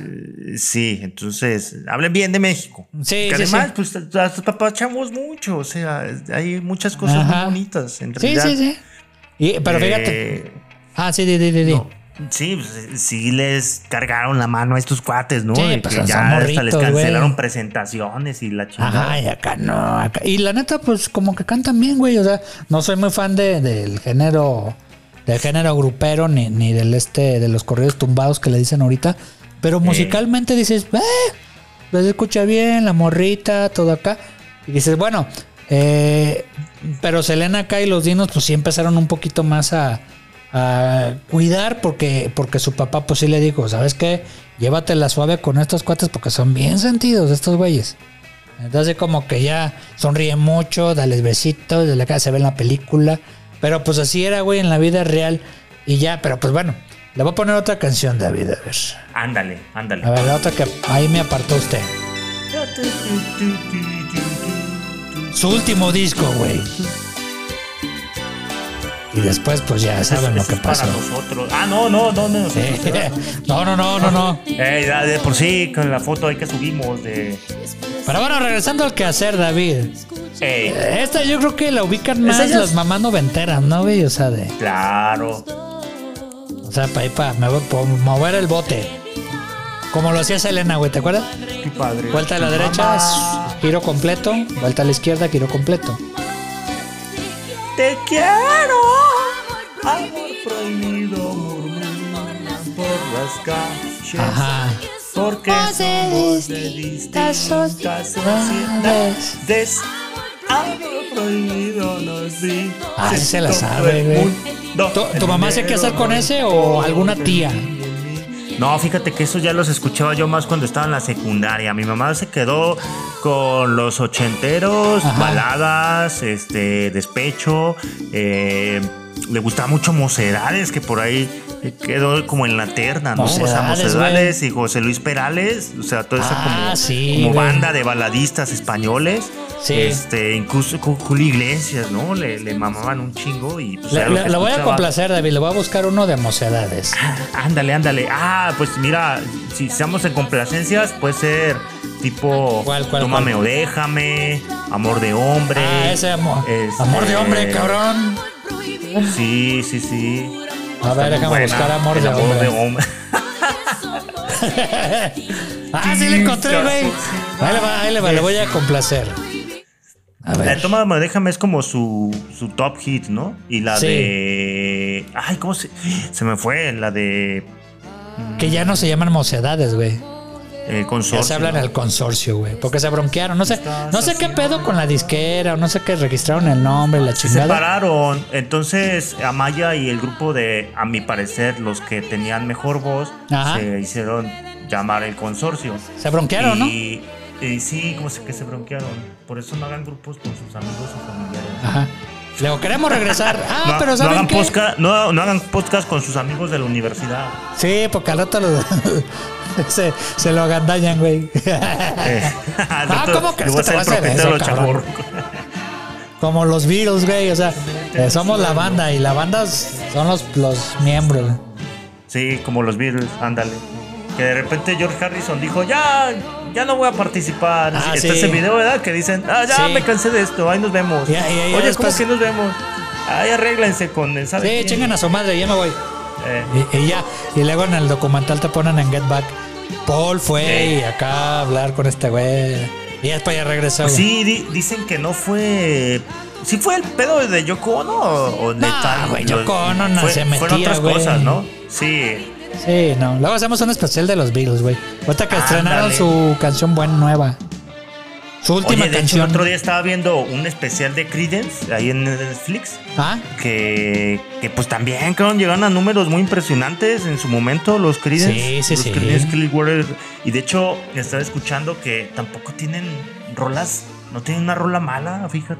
B: Sí, entonces, hablen bien de México.
A: Sí,
B: que
A: sí,
B: además,
A: sí.
B: pues las apapachamos mucho, o sea, hay muchas cosas
A: Ajá.
B: muy bonitas en
A: Sí,
B: realidad.
A: sí, sí. Y- pero fíjate.
B: Eh,
A: Ah, sí, sí, sí, sí. sí.
B: Sí, pues, sí les cargaron la mano a estos cuates, ¿no?
A: Sí,
B: De
A: pues,
B: que
A: son
B: ya hasta les
A: morritos,
B: cancelaron
A: güey.
B: presentaciones y la chingada.
A: Ajá, y acá no. acá- Y la neta, pues como que cantan bien, güey. O sea, no soy muy fan de, del género. Del género grupero ni, ni del este. De los corridos tumbados que le dicen ahorita. Pero musicalmente dices, eh, pues escucha bien, la morrita, todo acá. Y dices, bueno, eh, pero Selena acá y los dinos, pues sí empezaron un poquito más a, a cuidar porque, porque su papá, pues sí le dijo, ¿sabes qué? Llévatela suave con estos cuates porque son bien sentidos estos güeyes. Entonces como que ya sonríe mucho, dales besitos, desde la cara se ve en la película. Pero pues así era, güey, en la vida real. Y ya, pero pues bueno, le voy a poner otra canción, David, a ver.
B: Ándale, ándale.
A: A ver, la otra que ahí me apartó usted. Su último disco, güey. Y después, pues ya saben
B: Eso
A: lo
B: es
A: que
B: para
A: pasó.
B: nosotros. Ah, no, no, no, no.
A: Sí. (laughs) No, no, no, no, no.
B: Eh, ya de por sí, con la foto ahí que subimos de...
A: Pero bueno, regresando al quehacer, David.
B: Ey,
A: Esta yo creo que la ubican más
B: Esa ya es-
A: las mamás noventeras, ¿no, güey? O sea, de,
B: claro.
A: o sea, para me voy a mover el bote. Como lo hacía Selena, güey, ¿te acuerdas?
B: Tu padre.
A: Vuelta a la
B: tu
A: derecha,
B: mamá.
A: giro completo. Vuelta a la izquierda, giro completo.
B: Te quiero. Amor prohibido, murmuran por las calles.
A: Ajá.
B: Porque somos de distintas sociedades. Algo prohibido nos di.
A: Ah, sí se la sabe,
B: todo el
A: güey.
B: mundo.
A: ¿Tu, tu mamá se
B: El
A: qué hacer con
B: dinero
A: ese o alguna tía?
B: No, fíjate que eso ya los escuchaba yo más cuando estaba en la secundaria. Mi mamá se quedó con los ochenteros,
A: Ajá.
B: baladas, este, despecho, eh, le gustaba mucho Mocedades, que por ahí quedó como en la terna, ¿no? o sea,
A: Mocedades,
B: Mocedades y José Luis Perales, o sea, toda esa
A: Ah,
B: como,
A: sí,
B: como
A: güey.
B: banda de baladistas españoles.
A: Sí.
B: Este, incluso con Julio Iglesias, ¿no? Le, le mamaban un chingo y pues,
A: La,
B: era lo
A: la-
B: que
A: la voy a
B: escuchaba. Ah,
A: complacer, David. Le voy a buscar uno de mocedades.
B: Ándale, ándale. Ah, pues mira, si estamos en complacencias, puede ser tipo
A: ¿Cuál, cuál,
B: Tómame
A: cuál?
B: o déjame, Amor de hombre.
A: Ah, ese amor.
B: Este-
A: Amor de hombre, cabrón.
B: Sí, sí, sí.
A: A ver, déjame
B: Buena,
A: buscar amor
B: el
A: de hombre.
B: hombre.
A: (laughs) ah, sí le encontré, güey. Ahí le va, ahí le va, le voy a complacer. A
B: (laughs) La de
A: ver.
B: Tómame o déjame es como su, su top hit, ¿no? Y la
A: Sí.
B: de. Ay, ¿cómo se.? Se me fue. La de.
A: Que ya no se llaman mocedades, güey.
B: Eh,
A: Ya
B: consorcio.
A: se hablan
B: ¿no?
A: al consorcio, güey. Porque se bronquearon. No sé, no sé qué pedo con la disquera, o no sé qué registraron el nombre, la
B: Se
A: chingada.
B: separaron. Entonces, Amaya y el grupo de, a mi parecer, los que tenían mejor voz,
A: Ajá.
B: se hicieron llamar el consorcio.
A: Se bronquearon, ¿no?
B: y, y sí, como sé que se bronquearon. Por eso no hagan grupos con sus amigos o familiares.
A: Ajá. Luego queremos regresar.
B: (laughs)
A: Ah,
B: no,
A: pero
B: no
A: ¿saben
B: hagan
A: qué?
B: Podcast, no, no hagan podcast con sus amigos de la universidad.
A: Sí, porque al rato lo- (laughs) se, se lo agandañan, güey. (laughs)
B: Eh, (laughs)
A: Ah, ¿cómo crees
B: le voy
A: que te
B: a ser
A: va a hacer
B: propietario
A: eso,
B: de los
A: cabrón?
B: chavorrucos.
A: Como los Beatles, güey. O sea, eh, somos la banda y la banda s- son los, los miembros. güey.
B: Sí, como los Beatles, ándale. Que de repente George Harrison dijo, ya, ya no voy a participar.
A: Ah,
B: Está
A: sí.
B: ese video, ¿verdad? Que dicen, ah, ya
A: Sí.
B: me cansé de esto, ahí nos vemos.
A: Ya, ya, ya
B: Oye,
A: después-
B: ¿cómo que nos vemos? Ahí arréglense con el
A: Sí,
B: ¿sabe quién?
A: chingan a su madre, ya me voy.
B: Eh,
A: Y, y ya. E, Y luego en el documental te ponen en Get Back. Paul fue y acá a hablar con este güey. Y después ya regresó.
B: pues
A: güey.
B: sí, di- dicen que no fue... Sí fue el pedo de Yoko Ono o, o de
A: No,
B: tal-
A: güey,
B: lo-
A: Yoko Ono no
B: fue-
A: se
B: Fueron
A: metía,
B: otras
A: güey.
B: cosas, ¿no? Sí,
A: Sí, no. Luego hacemos un especial de los Beatles, güey. Ahorita que estrenaron
B: Ándale.
A: su canción buena nueva. Su última
B: Oye, de hecho, el
A: canción.
B: otro día estaba viendo un especial de Creedence ahí en Netflix.
A: Ah,
B: que, que, pues también cabrón, llegaron a números muy impresionantes en su momento los
A: Sí,
B: Creedence.
A: sí,
B: los
A: sí.
B: Creedence Clearwater. Y de hecho, estaba escuchando que tampoco tienen rolas, no tienen una rola mala, fíjate.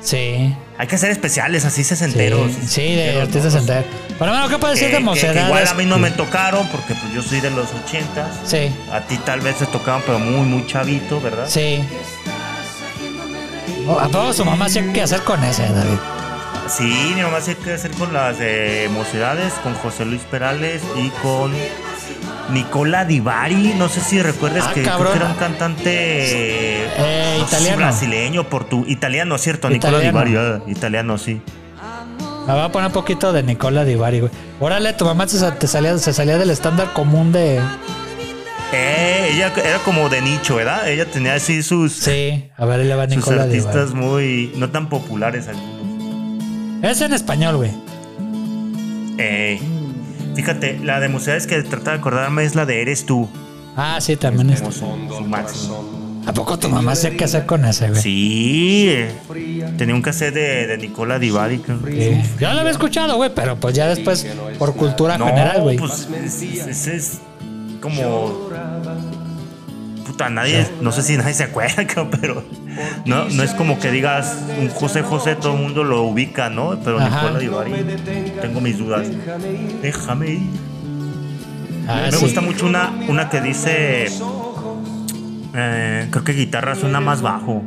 A: sí.
B: Hay que hacer especiales, así se
A: Sí,
B: senteros.
A: sí, de artistas Pues enteros. Pero bueno, ¿qué puedo decir de mocedades?
B: igual a mí no me tocaron porque pues yo soy de los ochentas.
A: Sí,
B: A ti tal vez te tocaban, pero muy, muy chavito, ¿verdad?
A: sí. Oh, ¿A poco su mamá hacía qué hacer con ese, David?
B: Sí, mi mamá se quiere hacer con las de Mocedades, con José Luis Perales y con Nicola Divari. No sé si recuerdas
A: Ah,
B: que, creo
A: cabrón.
B: que era un cantante
A: Eh,
B: no sé si
A: italiano.
B: brasileño, portu, italiano, ¿cierto? Nicola
A: Italiano.
B: Divari, ah, italiano, sí.
A: Me voy a poner un poquito de Nicola Divari, güey. Órale, tu mamá se, sa- te salía, se salía del estándar común de...
B: Eh, ella era como de nicho, ¿verdad? Ella tenía así sus,
A: Sí, a ver, ahí le va
B: sus
A: Nicola Divari.
B: artistas muy. no tan populares algunos.
A: Es en español, güey.
B: Eh, fíjate, la de Mocedades que trata de acordarme es la de Eres tú.
A: Ah, sí, también es...
B: Como su- su máximo.
A: ¿A poco tu mamá hacía qué hacer con ese, güey?
B: Sí, eh, tenía un cassette de, de Nicola Divari. creo.
A: Sí. Yo lo había escuchado, güey, pero pues ya después, por cultura
B: No,
A: Ah, general, güey.
B: pues ese es, es como. Puta, nadie. No sé si nadie se acuerda, (laughs) cabrón, pero. No, no es como que digas un José José, todo el mundo lo ubica, ¿no? Pero
A: Ajá.
B: Nicola Divari, tengo mis dudas. Déjame ir.
A: Ah,
B: Me
A: sí.
B: gusta mucho una, una que dice. eh, creo que guitarra suena más bajo.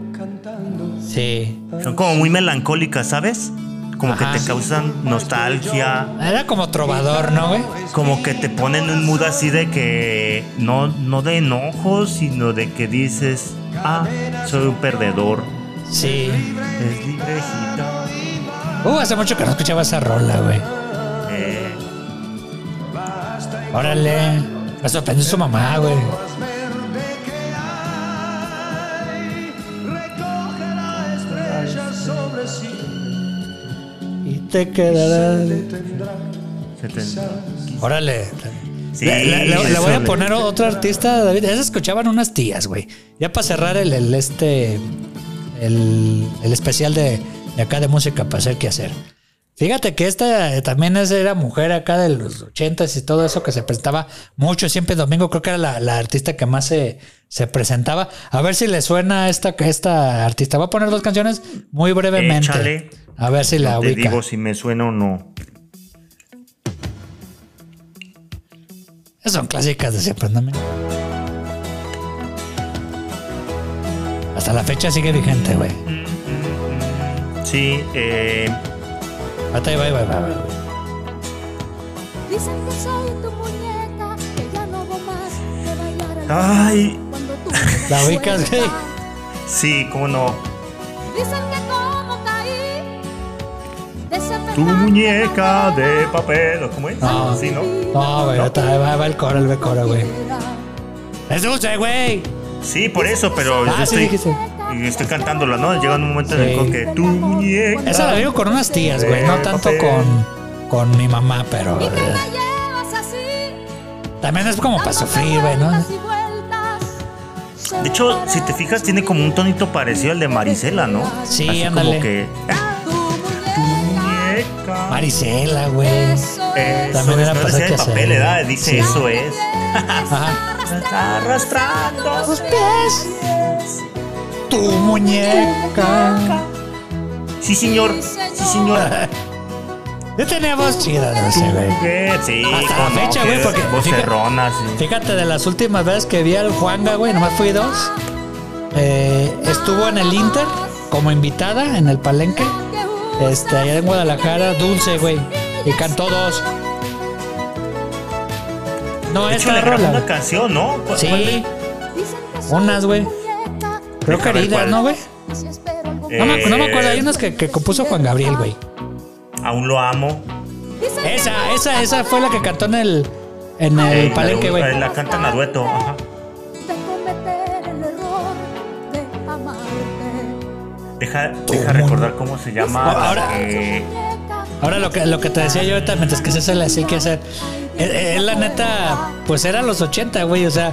A: Sí.
B: Son como muy melancólicas, ¿sabes? Como
A: Ajá.
B: que te causan nostalgia,
A: Era como trovador, ¿no, güey?
B: como que te ponen un mood así de que no, no de enojo, sino de que dices, ah, soy un perdedor.
A: Sí.
B: Es libre, gitano.
A: Uh, hace mucho que no escuchaba esa rola, güey.
B: Eh,
A: Órale. Me sorprendió su mamá, güey. Y te quedarás.
B: se te-
A: Órale.
B: Sí,
A: le, le- le- le voy a
B: eso,
A: poner o- otro artista, David. Esas escuchaban unas tías, güey. Ya para cerrar el, el este el, el especial de, de acá de música para hacer qué hacer. Fíjate que esta eh, también es- era mujer acá de los ochentas y todo eso que se presentaba mucho, siempre domingo, creo que era la, la artista que más se, se presentaba. A ver si le suena esta, esta artista. Voy a poner dos canciones muy brevemente.
B: Échale.
A: A ver si la
B: Te
A: ubica.
B: digo si me suena o no.
A: Esas Son clásicas de siempre, ¿no? Hasta la fecha sigue vigente, güey.
B: Sí, eh,
A: Ahorita ahí va, ahí va, ahí va, ahí va.
D: Dicen que soy tu muñeca, que ya no hago más que bailar al
B: Ay.
D: ritmo cuando
B: (laughs)
D: tú me das
A: La ubicas,
D: cuenta.
B: Ah. sí, cómo no.
D: Dicen que como caí, de ese
B: Tu
D: pecado
B: muñeca
D: que
B: de papel, ¿o ¿cómo es?
A: No.
B: Sí, ¿no?
A: No, güey, ahorita ahí va, ahí va el coro, ahí va el coro, güey.
B: Ah,
A: ¡Es dulce, güey!
B: Sí, por eso, pero
A: Ah,
B: yo
A: sí,
B: estoy,
A: dijiste.
B: estoy cantándola, ¿no? Llega un momento en
A: Sí.
B: el con que tu muñeca.
A: Esa la digo con unas tías, güey. No tanto con, con mi mamá, pero.
D: Y que
A: eh,
D: la llevas así,
A: también es como para
D: dándote
A: sufrir, güey, ¿no?
D: vueltas y vueltas.
B: De hecho, si te fijas, tiene como un tonito parecido al de Marisela, ¿no?
A: Sí,
B: Así
A: ándale.
B: como que.
D: Tu muñeca,
B: Muñeca. Eh,
A: Marisela, güey.
D: eso
B: Eso
A: También
B: es,
A: era
B: no
A: para
B: decía
A: que
B: de
A: se-
B: papel, ¿verdad? Dice
A: ¿eh? Sí.
B: eso es.
A: Ajá.
B: Está arrastrando.
A: pies. Tu muñeca.
B: Sí, señor. Sí, señor.
A: (laughs) Yo tenía voz chida, no sé, güey.
B: ¿Qué? Sí,
A: Hasta
B: cómo
A: la fecha,
B: qué
A: güey, porque-
B: vocerrona, sí.
A: Fíjate, de las últimas veces que vi al Juanga, güey, nomás fui dos. eh, estuvo en el Inter como invitada en el palenque. Este, allá en Guadalajara, Dulce, güey. Y cantó dos. No,
B: De
A: es
B: hecho, le
A: la
B: grabó
A: rola.
B: una
A: güey.
B: canción, ¿no? ¿Cu- cuál
A: Sí,
B: de-
A: unas, güey. Creo que
B: Déjame ver
A: heridas,
B: cuál.
A: ¿no, güey? No, me, no me acuerdo, hay
B: Eh.
A: unas que, que compuso Juan Gabriel, güey.
B: Aún lo amo.
A: Esa, esa, esa fue la que cantó en el, en el
B: Eh,
A: palenque,
B: la-
A: güey.
B: La cantan a dueto. Ajá.
D: de cometer el error de amarte.
B: Deja, deja recordar cómo se llama.
A: Ahora-
B: eh,
A: Ahora lo que, lo que te decía yo ahorita, mientras que se hace así que hacer. Él, él, la neta, pues era los 80, güey. O sea,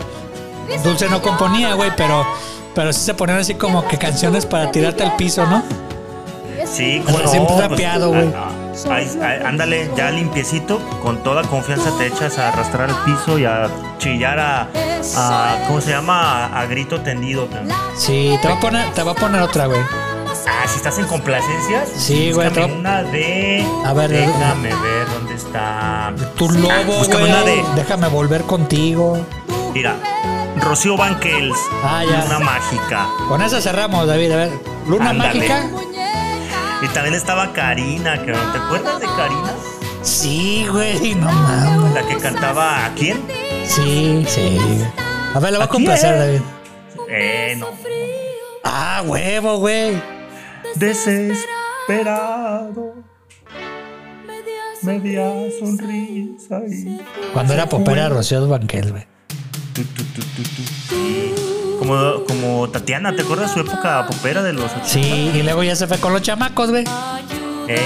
A: Dulce no componía, güey, pero, pero sí se ponían así como que canciones para tirarte al piso, ¿no?
B: sí,
A: O sea,
B: cómo no,
A: siempre
B: pues,
A: rapeado, güey.
B: ah, ah, ahí- ahí- ándale, ya limpiecito, con toda confianza te echas a arrastrar al piso y a chillar a, a- ¿cómo se llama? A, a grito tendido. también.
A: Sí, te va a poner, te va a poner otra, güey.
B: Ah, si estás en complacencias,
A: Sí, güey,
B: búscame
A: te-
B: una de.
A: A ver,
B: déjame ver dónde está.
A: Tu
B: Ah,
A: lobo,
B: búscame una
A: güey.
B: de.
A: Déjame volver contigo.
B: Mira, Rocío Banquels,
A: Ah, ya.
B: Luna Mágica.
A: Con esa cerramos, David. A ver, Luna
B: Ándale.
A: Mágica.
B: Y también estaba Karina, que ¿te acuerdas de Karina?
A: Sí, güey, (laughs) no mames.
B: La que cantaba ¿a quién?
A: Sí, sí. A ver, la va a
B: Aquí
A: complacer,
B: es.
A: David.
B: Eh, no.
A: Ah, huevo, güey.
B: Desesperado. Media sonrisa y.
A: Cuando era popera Rocío Banquel, güey.
B: tu, tu, tu, tu, tu. Sí. Como, como Tatiana, ¿te acuerdas su época popera de los 80?
A: Sí, y luego ya se fue con los chamacos, güey.
B: Eh,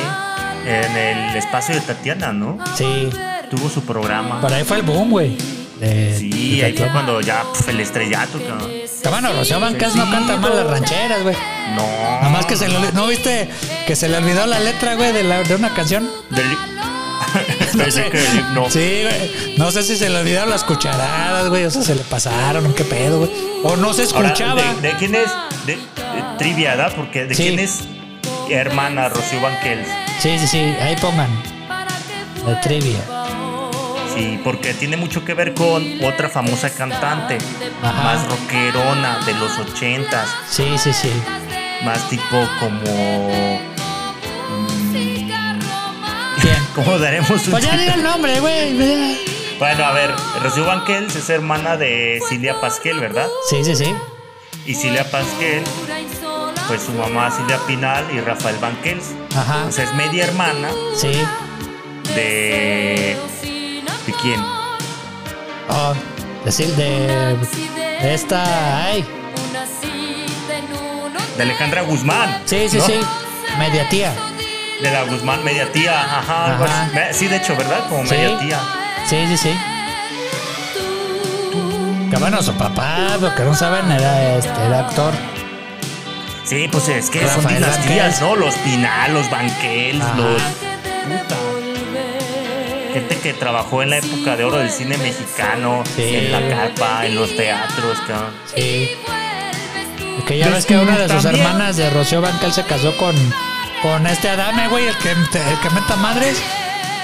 B: en el espacio de Tatiana, ¿no?
A: Sí.
B: Tuvo su programa.
A: Por ahí fue el boom, güey. De-
B: Sí,
A: de
B: ahí fue
A: Tatiana.
B: cuando ya pf, el estrellato, cabrón.
A: Pero bueno, Rocío Banqués no canta mal las rancheras, güey.
B: No.
A: Nada más que se le... ¿No viste que se le olvidó la letra, güey, de, la- de una canción?
B: (laughs) Del- Pensé que del himno.
A: Sí, güey. No sé si se le olvidaron las cucharadas, güey. O sea, se le pasaron, o qué pedo, güey. O no se
B: Ahora,
A: escuchaba.
B: ¿de, de quién es? De, de- trivia, ¿verdad? Porque ¿de
A: Sí.
B: quién es hermana Rocío Banquels?
A: Sí, sí, sí. Ahí pongan. La trivia.
B: Sí, porque tiene mucho que ver con otra famosa cantante,
A: Ajá.
B: más rockerona de los ochentas,
A: Sí, sí, sí.
B: más tipo como...
A: ¿Quién?
B: ¿Cómo daremos un
A: Pues ya diga el nombre, güey.
B: Bueno, a ver, Rocío Banquels es hermana de Cilia Pasquel, ¿verdad?
A: Sí, sí, sí.
B: Y Cilia Pasquel, pues su mamá Cilia Pinal y Rafael Banquels.
A: Ajá.
B: O sea, es media hermana
A: Sí.
B: de... ¿De quién?
A: Oh, decir de, de esta. Ay.
B: De Alejandra Guzmán.
A: Sí, sí,
B: ¿no?
A: sí. Media tía.
B: De la Guzmán, media tía, ajá. algo
A: Ajá.
B: así. Me- Sí, de hecho, ¿verdad? Como
A: Sí.
B: media tía.
A: Sí, sí, sí. Que bueno, su papá, lo que no saben, era este, era actor.
B: Sí, pues es que son
A: Rafael Banquels.
B: dinastías, ¿no? Los Pinal, los Banquels,
A: Ajá.
B: los puta. Gente que trabajó en la época de oro del cine mexicano,
A: Sí.
B: en la carpa, en los teatros, cabrón.
A: Sí.
B: Pues,
A: Porque ya ves que
B: Desnuda
A: una de sus
B: también.
A: hermanas de Rocío Bancal se casó con, con este Adame, güey, el que, el que meta madres.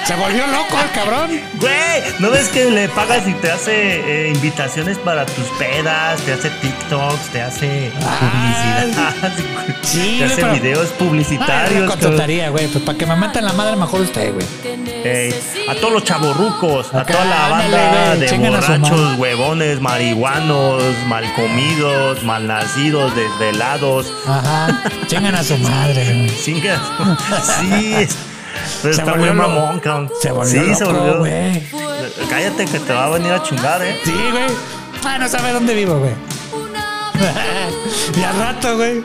A: Se volvió loco el
B: (laughs)
A: cabrón.
B: Güey, ¿no ves que le pagas y te hace eh, invitaciones para tus pedas? Te hace TikToks, te hace publicidad. (laughs)
A: Sí,
B: te hace
A: pero-
B: videos
A: Ah, yo la
B: publicitarios. cabrón.
A: contrataría, güey. Pues para que me maten la madre, mejor usted, güey.
B: Ey, a todos los chavorrucos, a
A: Acá,
B: toda la
A: ándale,
B: banda
A: güey,
B: de
A: chingan a su
B: borrachos,
A: madre.
B: huevones, marihuanos, malcomidos, malnacidos, desvelados.
A: Ajá. Chingan a su madre, güey.
B: Chingas. (laughs) Sí, es- pero
A: Se
B: está muy
A: volvió loco.
B: mamón, cabrón.
A: Se
B: Sí,
A: volvió
B: se
A: loco,
B: volvió.
A: güey.
B: Cállate que te va a venir a chingar, eh.
A: Sí, güey. Ah, no sabe dónde vivo, güey. (laughs) y al rato, güey.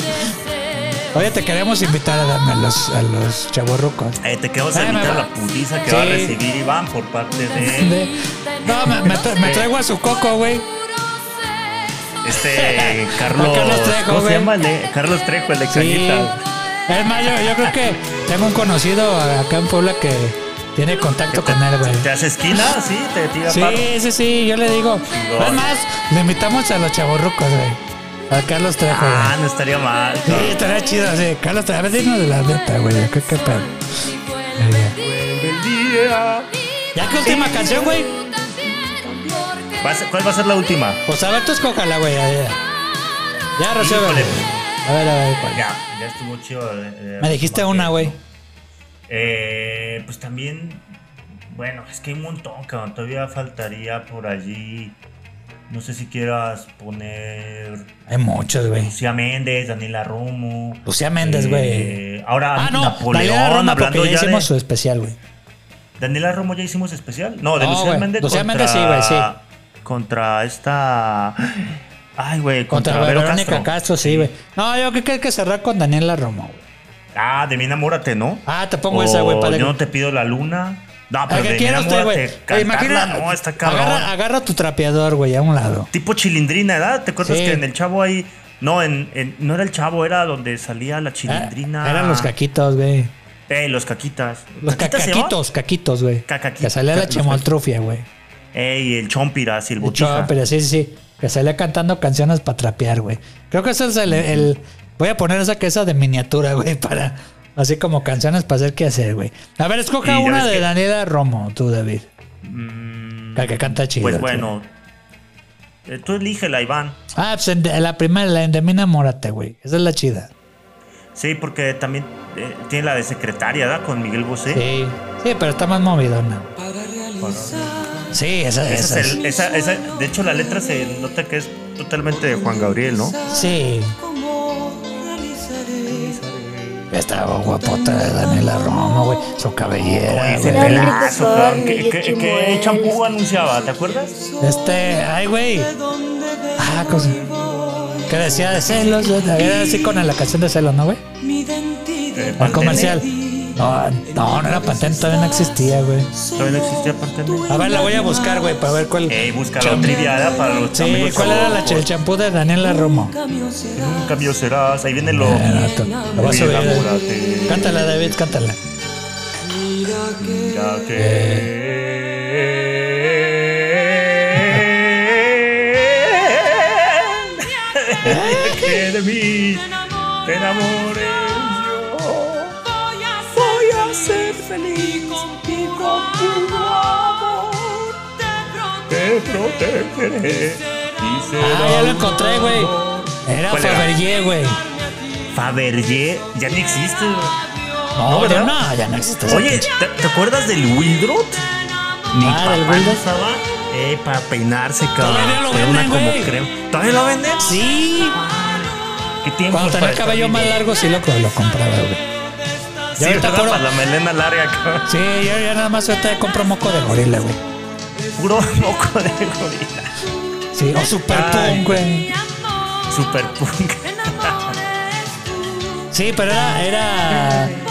A: Oye, te queremos invitar a darme a los, a los chavorrucos.
B: Eh, te quedas
A: Ay,
B: a
A: me
B: evitar
A: va-
B: la putiza que
A: Sí.
B: va a recibir Iván por parte de
A: De- No, me, me tra- me traigo a su coco, güey. (laughs)
B: este Carlos.
A: A Carlos Trejo,
B: ¿Cómo se
A: güey.
B: llama? el de- Carlos Trejo, el de
A: Sí.
B: Cañita.
A: Es más, yo, yo creo que tengo un conocido acá en Puebla que tiene contacto con él, güey.
B: ¿Te hace esquina? Sí, te tira paro.
A: Sí, sí, sí, yo le digo.
B: Chingón.
A: Es más, le invitamos a los chavorrucos, güey. A Carlos Trejo, güey.
B: Ah, no estaría mal.
A: Sí, estaría chido, sí. Carlos, a ver, dinos de la neta, güey. ¿Qué, qué pedo? Eh,
B: El día.
A: Ya que última canción, güey.
B: Va a ser- ¿Cuál va a ser la última?
A: Pues a ver, tú escójala, güey. Ya, ya. Ya, Rocío,
B: Híjole.
A: güey. A ver, a ver, ¿cuál?
B: Ya, ya estuvo chido. eh,
A: Me dijiste
B: eh,
A: una, güey.
B: Eh, pues también, bueno, es que hay un montón, cabrón. Todavía faltaría por allí. No sé si quieras poner
A: Hay muchos, güey.
B: Lucía Méndez, Daniela Romo. Eh,
A: Lucía Méndez, güey.
B: ahora
A: Ah, no,
B: Napoleón,
A: Daniela Roma,
B: hablando
A: porque ya
B: ya
A: hicimos su
B: de,
A: especial, güey.
B: Daniela Romo ya hicimos especial. No, de
A: No,
B: Lucía
A: güey,
B: Méndez.
A: Lucía
B: contra-
A: Méndez sí, güey, sí.
B: Contra esta. Ay, güey, contra,
A: Contra,
B: Vero
A: Verónica
B: Castro.
A: Castro, sí, güey. No, yo creo que hay que cerrar con Daniela Romo, güey.
B: Ah, de mí enamórate, ¿no?
A: Ah, te pongo esa, güey, para
B: Yo
A: que-
B: no te pido la luna. No, Ah, pero
A: ¿A qué
B: de mí
A: quiere usted, güey?
B: enamórate.
A: Eh,
B: Cantarla, no, está cabrón.
A: Agarra, agarra tu trapeador, güey, a un lado.
B: tipo chilindrina, ¿verdad? ¿Te acuerdas
A: Sí.
B: que en el chavo ahí. No, en, en- no era el chavo, era donde salía la
A: Ah,
B: chilindrina.
A: Eran los caquitos, güey.
B: Eh, los caquitas.
A: Los
B: ¿Caquitas se llamaban?
A: cacaquitos, caquitos, güey.
B: Cacaqui-
A: Que salía
B: ca-
A: la
B: los
A: chemoltrufia, güey.
B: Ey, el chompiras y el
A: De hecho,
B: botija.
A: pero sí, sí, sí. Que salía cantando canciones para trapear, güey. Creo que ese es el, el- Voy a poner esa que esa de miniatura, (laughs) güey, para. Así como canciones para hacer qué hacer, güey. A ver,
B: Y
A: escoja
B: ya
A: una
B: ves
A: de
B: que-
A: Daniela Romo, tú, David.
B: Mm,
A: La que canta chido.
B: pues
A: tú.
B: bueno. Eh, Tú elígela, Iván.
A: Ah, pues en de- la primera, la de Mina Morate, güey. Esa es la chida.
B: Sí, porque también eh, tiene la de secretaria, ¿verdad? Con Miguel Bosé.
A: Sí. Sí, pero está más movidona. Sí, esa, esa
B: Esa es
A: es.
B: el- esa- esa- de hecho, la letra se nota que es totalmente de Juan Gabriel, ¿no?
A: Sí. Estaba guapota de Daniela Romo, güey. Su cabellera,
B: Ese
A: güey.
B: pelazo, cabrón. ¿Qué-
E: Cornelio
B: qué- qué
E: Chimuel.
B: champú anunciaba? ¿Te acuerdas?
A: Este, ay, güey. Ah, cosa. Que decía de celos. yo- Era así con la canción de celos, ¿no, güey?
B: Eh,
A: El
B: Pantene.
A: comercial. No, no, no era patente, todavía no existía, güey.
B: Todavía no existía Pantene.
A: A ver, la voy a buscar, güey, para ver cuál.
B: Ey, busca la trivia ¿verdad? para los
A: Sí,
B: amigos.
A: ¿cuál era la ch- el champú de Daniela Romo?
B: Un cambio serás. Ahí viene lo.
A: Eh, no, Lo vas a
B: Enamórate.
A: subir. Cántala, David, cántala.
B: Mira que- que de mí te enamores yo.
F: Voy a ser feliz contigo,
B: te protegeré y
A: Ah,
B: será
A: ya lo encontré, güey. Era
B: ¿Cuál era?
A: Fabergé, güey.
B: Fabergé ya ni existe.
A: No,
B: ¿verdad?
A: ya no, ya no existe. esa
B: Oye,
A: pinche-
B: ¿te, te acuerdas del Wildrot? Mi
A: Ah,
B: papá
A: del
B: lo
A: Wildrot.
B: usaba eh, para peinarse, cabrón.
A: Todavía lo
B: Era una
A: venden,
B: como
A: güey.
B: crema. ¿Todavía lo venden?
A: sí.
B: ¿Qué tiempo?
A: Cuando tenía el cabello más largo, sí lo, lo compraba, güey.
B: Sí,
A: Ya ahorita
B: ¿verdad?
A: puro.
B: Para la melena larga, cabrón.
A: Sí, yo ya nada más ahorita compro moco de gorila, güey.
B: Puro moco de gorila.
A: Sí, o super
B: Ay.
A: punk, güey.
B: Super punk.
A: Sí, pero era, era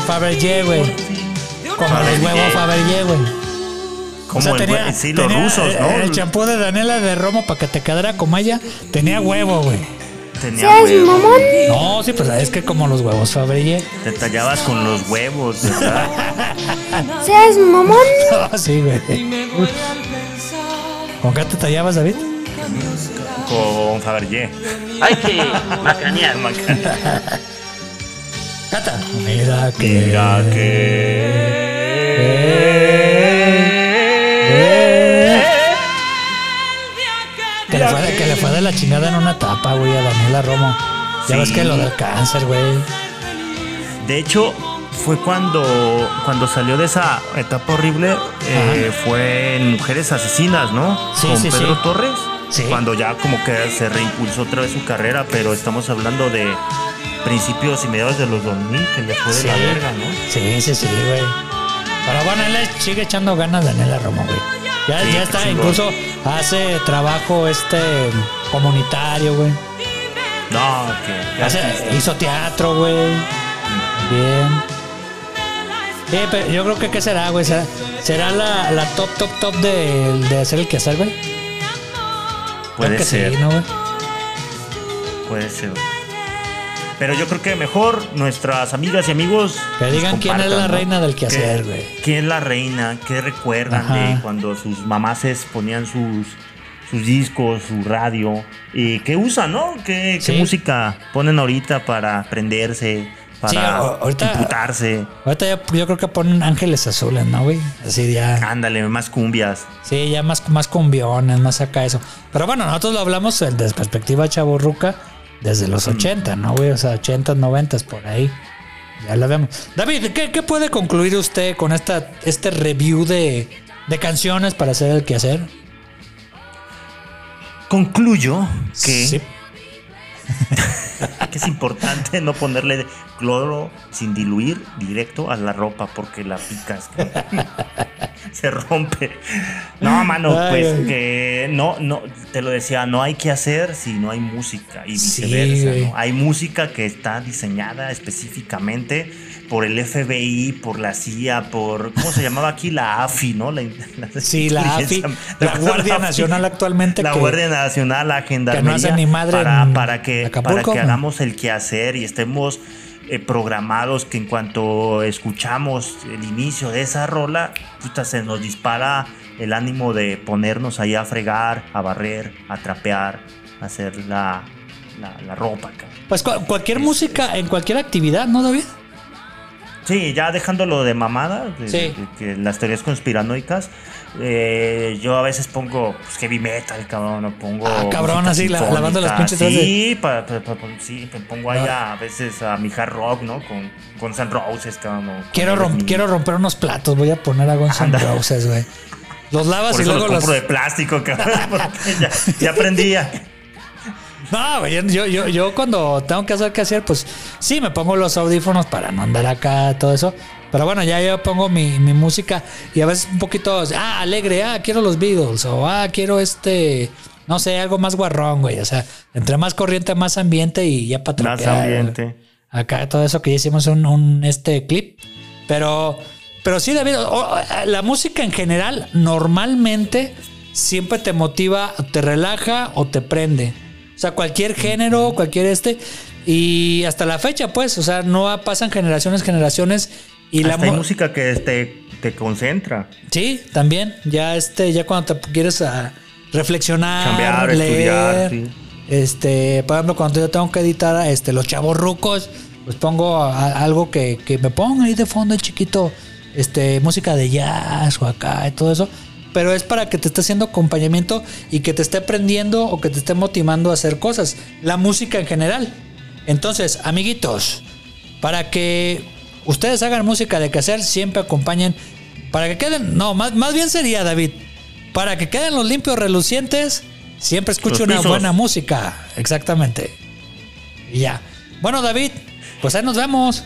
A: Fabergé, güey. Como el
B: Fabergé.
A: huevo Fabergé, güey.
B: Como
A: O sea,
B: el
A: tenía-
B: güey- Sí, los
A: tenía eh,
B: rusos, ¿no?
A: El champú de Daniela de Romo para que te quedara como ella tenía huevo, güey.
B: Tenía
E: Seas
B: huevos.
E: mamón.
A: No, sí, pues es que como los huevos Fabrille.
B: Te tallabas con los huevos, ¿verdad?
E: Seas mamón.
A: (laughs) sí, güey.
F: me duele al pensar
A: ¿Con qué te tallabas, David?
B: con Fabergé.
G: Hay que macanear.
A: Cata. Mira que.
B: Mira que.
A: Eh, Que le, fue de, que le fue de la chingada en una etapa, güey, a Daniela Romo. Ya
B: Sí.
A: ves que lo del cáncer, güey.
B: De hecho, fue cuando, cuando salió de esa etapa horrible, eh, fue en Mujeres Asesinas, ¿no?
A: Sí,
B: Con
A: sí,
B: Pedro
A: sí.
B: Torres.
A: Sí.
B: Cuando ya como que se reimpulsó otra vez su carrera, pero estamos hablando de principios y mediados de los 2000, que le fue de la verga, ¿no?
A: Sí, sí, sí, güey. Pero bueno, él le sigue echando ganas Daniela Romo, güey. Ya,
B: Sí,
A: ya está,
B: chingón.
A: incluso hace trabajo este comunitario, güey.
B: No, que. que
A: Hace-
B: artista.
A: hizo teatro, güey. Bien. Sí, pero yo creo que ¿qué será, güey? ¿Será, será la, la top, top, top de, de hacer el quehacer, güey? Creo
B: Puede
A: que sí,
B: ser,
A: ¿no, güey?
B: puede ser. Pero yo creo que mejor nuestras amigas y amigos.
A: Que
B: pues,
A: digan quién es
B: compartan,
A: la
B: ¿no?
A: reina del quehacer,
B: ¿Qué-
A: güey.
B: ¿Quién es la reina? ¿Qué recuerdan
A: Ajá.
B: de cuando sus mamases ponían sus, sus discos, su radio? ¿Y qué usan, no? ¿Qué,
A: Sí.
B: qué música ponen ahorita para prenderse, para
A: Sí, a- ahorita-
B: imputarse?
A: Ahorita ya- yo creo que ponen ángeles azules, ¿no, güey? Así ya.
B: Ándale, más cumbias.
A: Sí, ya más, más cumbiones, más acá eso. Pero bueno, nosotros lo hablamos eh, desde perspectiva chaborruca desde los 80, ¿no, güey? O sea, 80, 90 por ahí. Ya lo vemos. David, ¿qué, qué puede concluir usted con esta, este review de, de canciones para hacer el quehacer?
B: Concluyo que,
A: Sí.
B: (laughs) que es importante no ponerle cloro sin diluir directo a la ropa porque la picas. (laughs) Se rompe. No, mano,
A: Ay,
B: pues
A: ay.
B: que no, no, te lo decía, no hay que hacer si no hay música y
A: Sí,
B: viceversa.
A: güey.
B: ¿no? Hay música que está diseñada específicamente por el FBI, por la CIA, por, ¿cómo se llamaba aquí? La AFI, ¿no? La, (laughs) la-
A: Sí, la AFI,
B: ¿Te
A: la
B: (laughs) acuerdas?
A: Guardia
B: AFI?
A: Nacional actualmente
B: La
A: que-
B: Guardia Nacional, la
A: hace
B: Gendarmería.
A: ni madre en
B: para, para que, para
A: Acapulco,
B: que
A: ¿no?
B: hagamos el quehacer y estemos eh, programados que en cuanto escuchamos el inicio de esa rola, puta, se nos dispara el ánimo de ponernos ahí a fregar, a barrer, a trapear, a hacer la, la, la ropa. cabrón.
A: Pues cu- cualquier música en cualquier actividad, ¿no, David?
B: Sí, ya dejándolo de mamada, de-
A: Sí.
B: de que las teorías conspiranoicas, eh, yo a veces pongo pues, heavy metal, cabrón, o pongo.
A: Ah, cabrón,
B: música
A: así, la-
B: sinfónica,
A: lavando las pinches
B: Sí, pa- pa- pa- pa- sí, me pongo ahí
A: Ah.
B: a, veces a mi hard rock, ¿no? Con, con San Roses, cabrón. o con
A: Quiero, rom-
B: Aerosmith.
A: quiero romper unos platos, voy a poner a Guns N'
B: Anda.
A: Roses, güey. Los lavas
B: Por
A: y
B: eso los
A: luego los...
B: compro de plástico, cabrón,
A: (laughs)
B: porque ya, ya aprendí a-
A: No, güey, yo, yo, yo cuando tengo que hacer que hacer, pues sí, me pongo los audífonos para no andar acá, todo eso. Pero bueno, ya yo pongo mi, mi música y a veces un poquito, ah, alegre, ah, quiero los Beatles, o ah, quiero este, no sé, algo más guarrón, güey. O sea, entre más corriente, más ambiente y ya para
B: Más ambiente.
A: Acá todo eso que ya hicimos un, un, este clip. Pero, pero sí, David, o- o- la música en general normalmente siempre te motiva, te relaja o te prende. O sea, cualquier género, cualquier este. Y hasta la fecha, pues, o sea, no pasan generaciones, generaciones. Y la
B: Hasta hay
A: mu-
B: música que este, te concentra.
A: Sí, también. Ya este, ya cuando te quieres a reflexionar,
B: Chambear,
A: leer,
B: estudiar, sí.
A: este, por ejemplo, cuando yo tengo que editar este, los chavos rucos, pues pongo a- algo que, que me ponga ahí de fondo el chiquito, este, música de jazz o acá y todo eso. Pero es para que te esté haciendo acompañamiento y que te esté aprendiendo o que te esté motivando a hacer cosas. La música en general. Entonces, amiguitos, para que ustedes hagan música de quehacer, siempre acompañen. Para que queden, no, más, más bien sería, David, para que queden los limpios relucientes, siempre escuche
B: Los
A: una
B: pisos.
A: buena música. Exactamente. Y ya. Bueno, David, pues ahí nos vemos.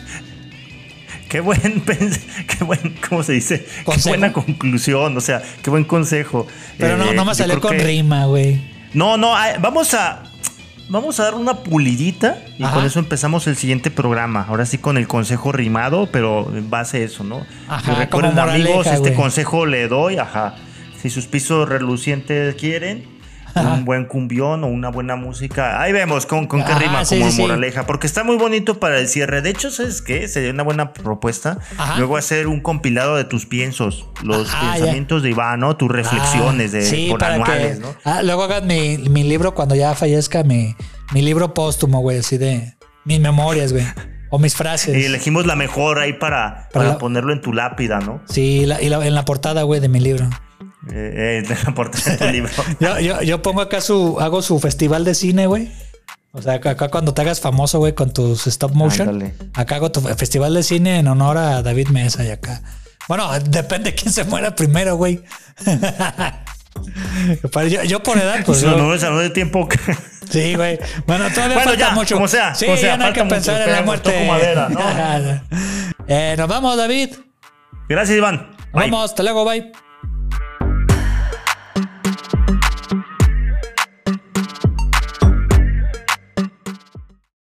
B: Qué buen, (laughs) pens- qué buen, ¿cómo se dice?
A: Consejo.
B: Qué buena conclusión, o sea, qué buen consejo.
A: Pero no,
B: Eh,
A: no me
B: yo
A: salió
B: creo
A: con
B: que-
A: rima, güey.
B: No, no, ah, vamos a, vamos a dar una pulidita y
A: Ajá.
B: con eso empezamos el siguiente programa. Ahora sí con el consejo rimado, pero en base a eso, ¿no?
A: Ajá,
B: Y
A: como
B: recuerden,
A: moraleja,
B: amigos, este
A: güey.
B: consejo le doy, ajá. Si sus pisos relucientes quieren, un buen cumbión o una buena música. Ahí vemos con, con qué
A: Ajá,
B: rima
A: sí,
B: como
A: sí, sí.
B: moraleja, porque está muy bonito para el cierre. De hecho, ¿sabes qué? Sería una buena propuesta
A: Ajá.
B: luego hacer un compilado de tus piensos, los
A: Ah, ya.
B: pensamientos de Iván, ¿no? Tus reflexiones
A: Ah,
B: de,
A: sí,
B: por
A: para que-
B: anuales, ¿no?
A: Ah, luego hagan mi, mi libro cuando ya fallezca, mi, mi libro póstumo, güey, así de mis memorias, güey, o mis frases.
B: Y elegimos la mejor ahí para, para
A: la-
B: ponerlo en tu lápida, ¿no?
A: Sí, la- y la- en la portada, güey, de mi libro.
B: Eh, eh, de la portada
A: (laughs)
B: de tu libro.
A: Yo, yo, yo pongo acá su, hago su festival de cine, güey. O sea, acá- acá cuando te hagas famoso, güey, con tus stop motion.
B: Ándale.
A: Acá hago tu fe- festival de cine en honor a David Mesa y acá. Bueno, depende quién se muera primero, güey. (laughs) Pero yo, yo por edad, pues.
B: Pues (laughs) no,
A: yo-
B: no, no de tiempo. (laughs)
A: Sí, güey. Bueno, todavía
B: Bueno,
A: falta
B: ya,
A: mucho.
B: como sea,
A: sí,
B: como sea,
A: ya no hay
B: falta
A: que
B: mucho,
A: pensar en la
B: esperemos,
A: muerte.
B: toco madera, ¿no?
A: (laughs) Eh, nos vamos, David.
B: Gracias, Iván. Bye.
A: Vamos, hasta luego, bye.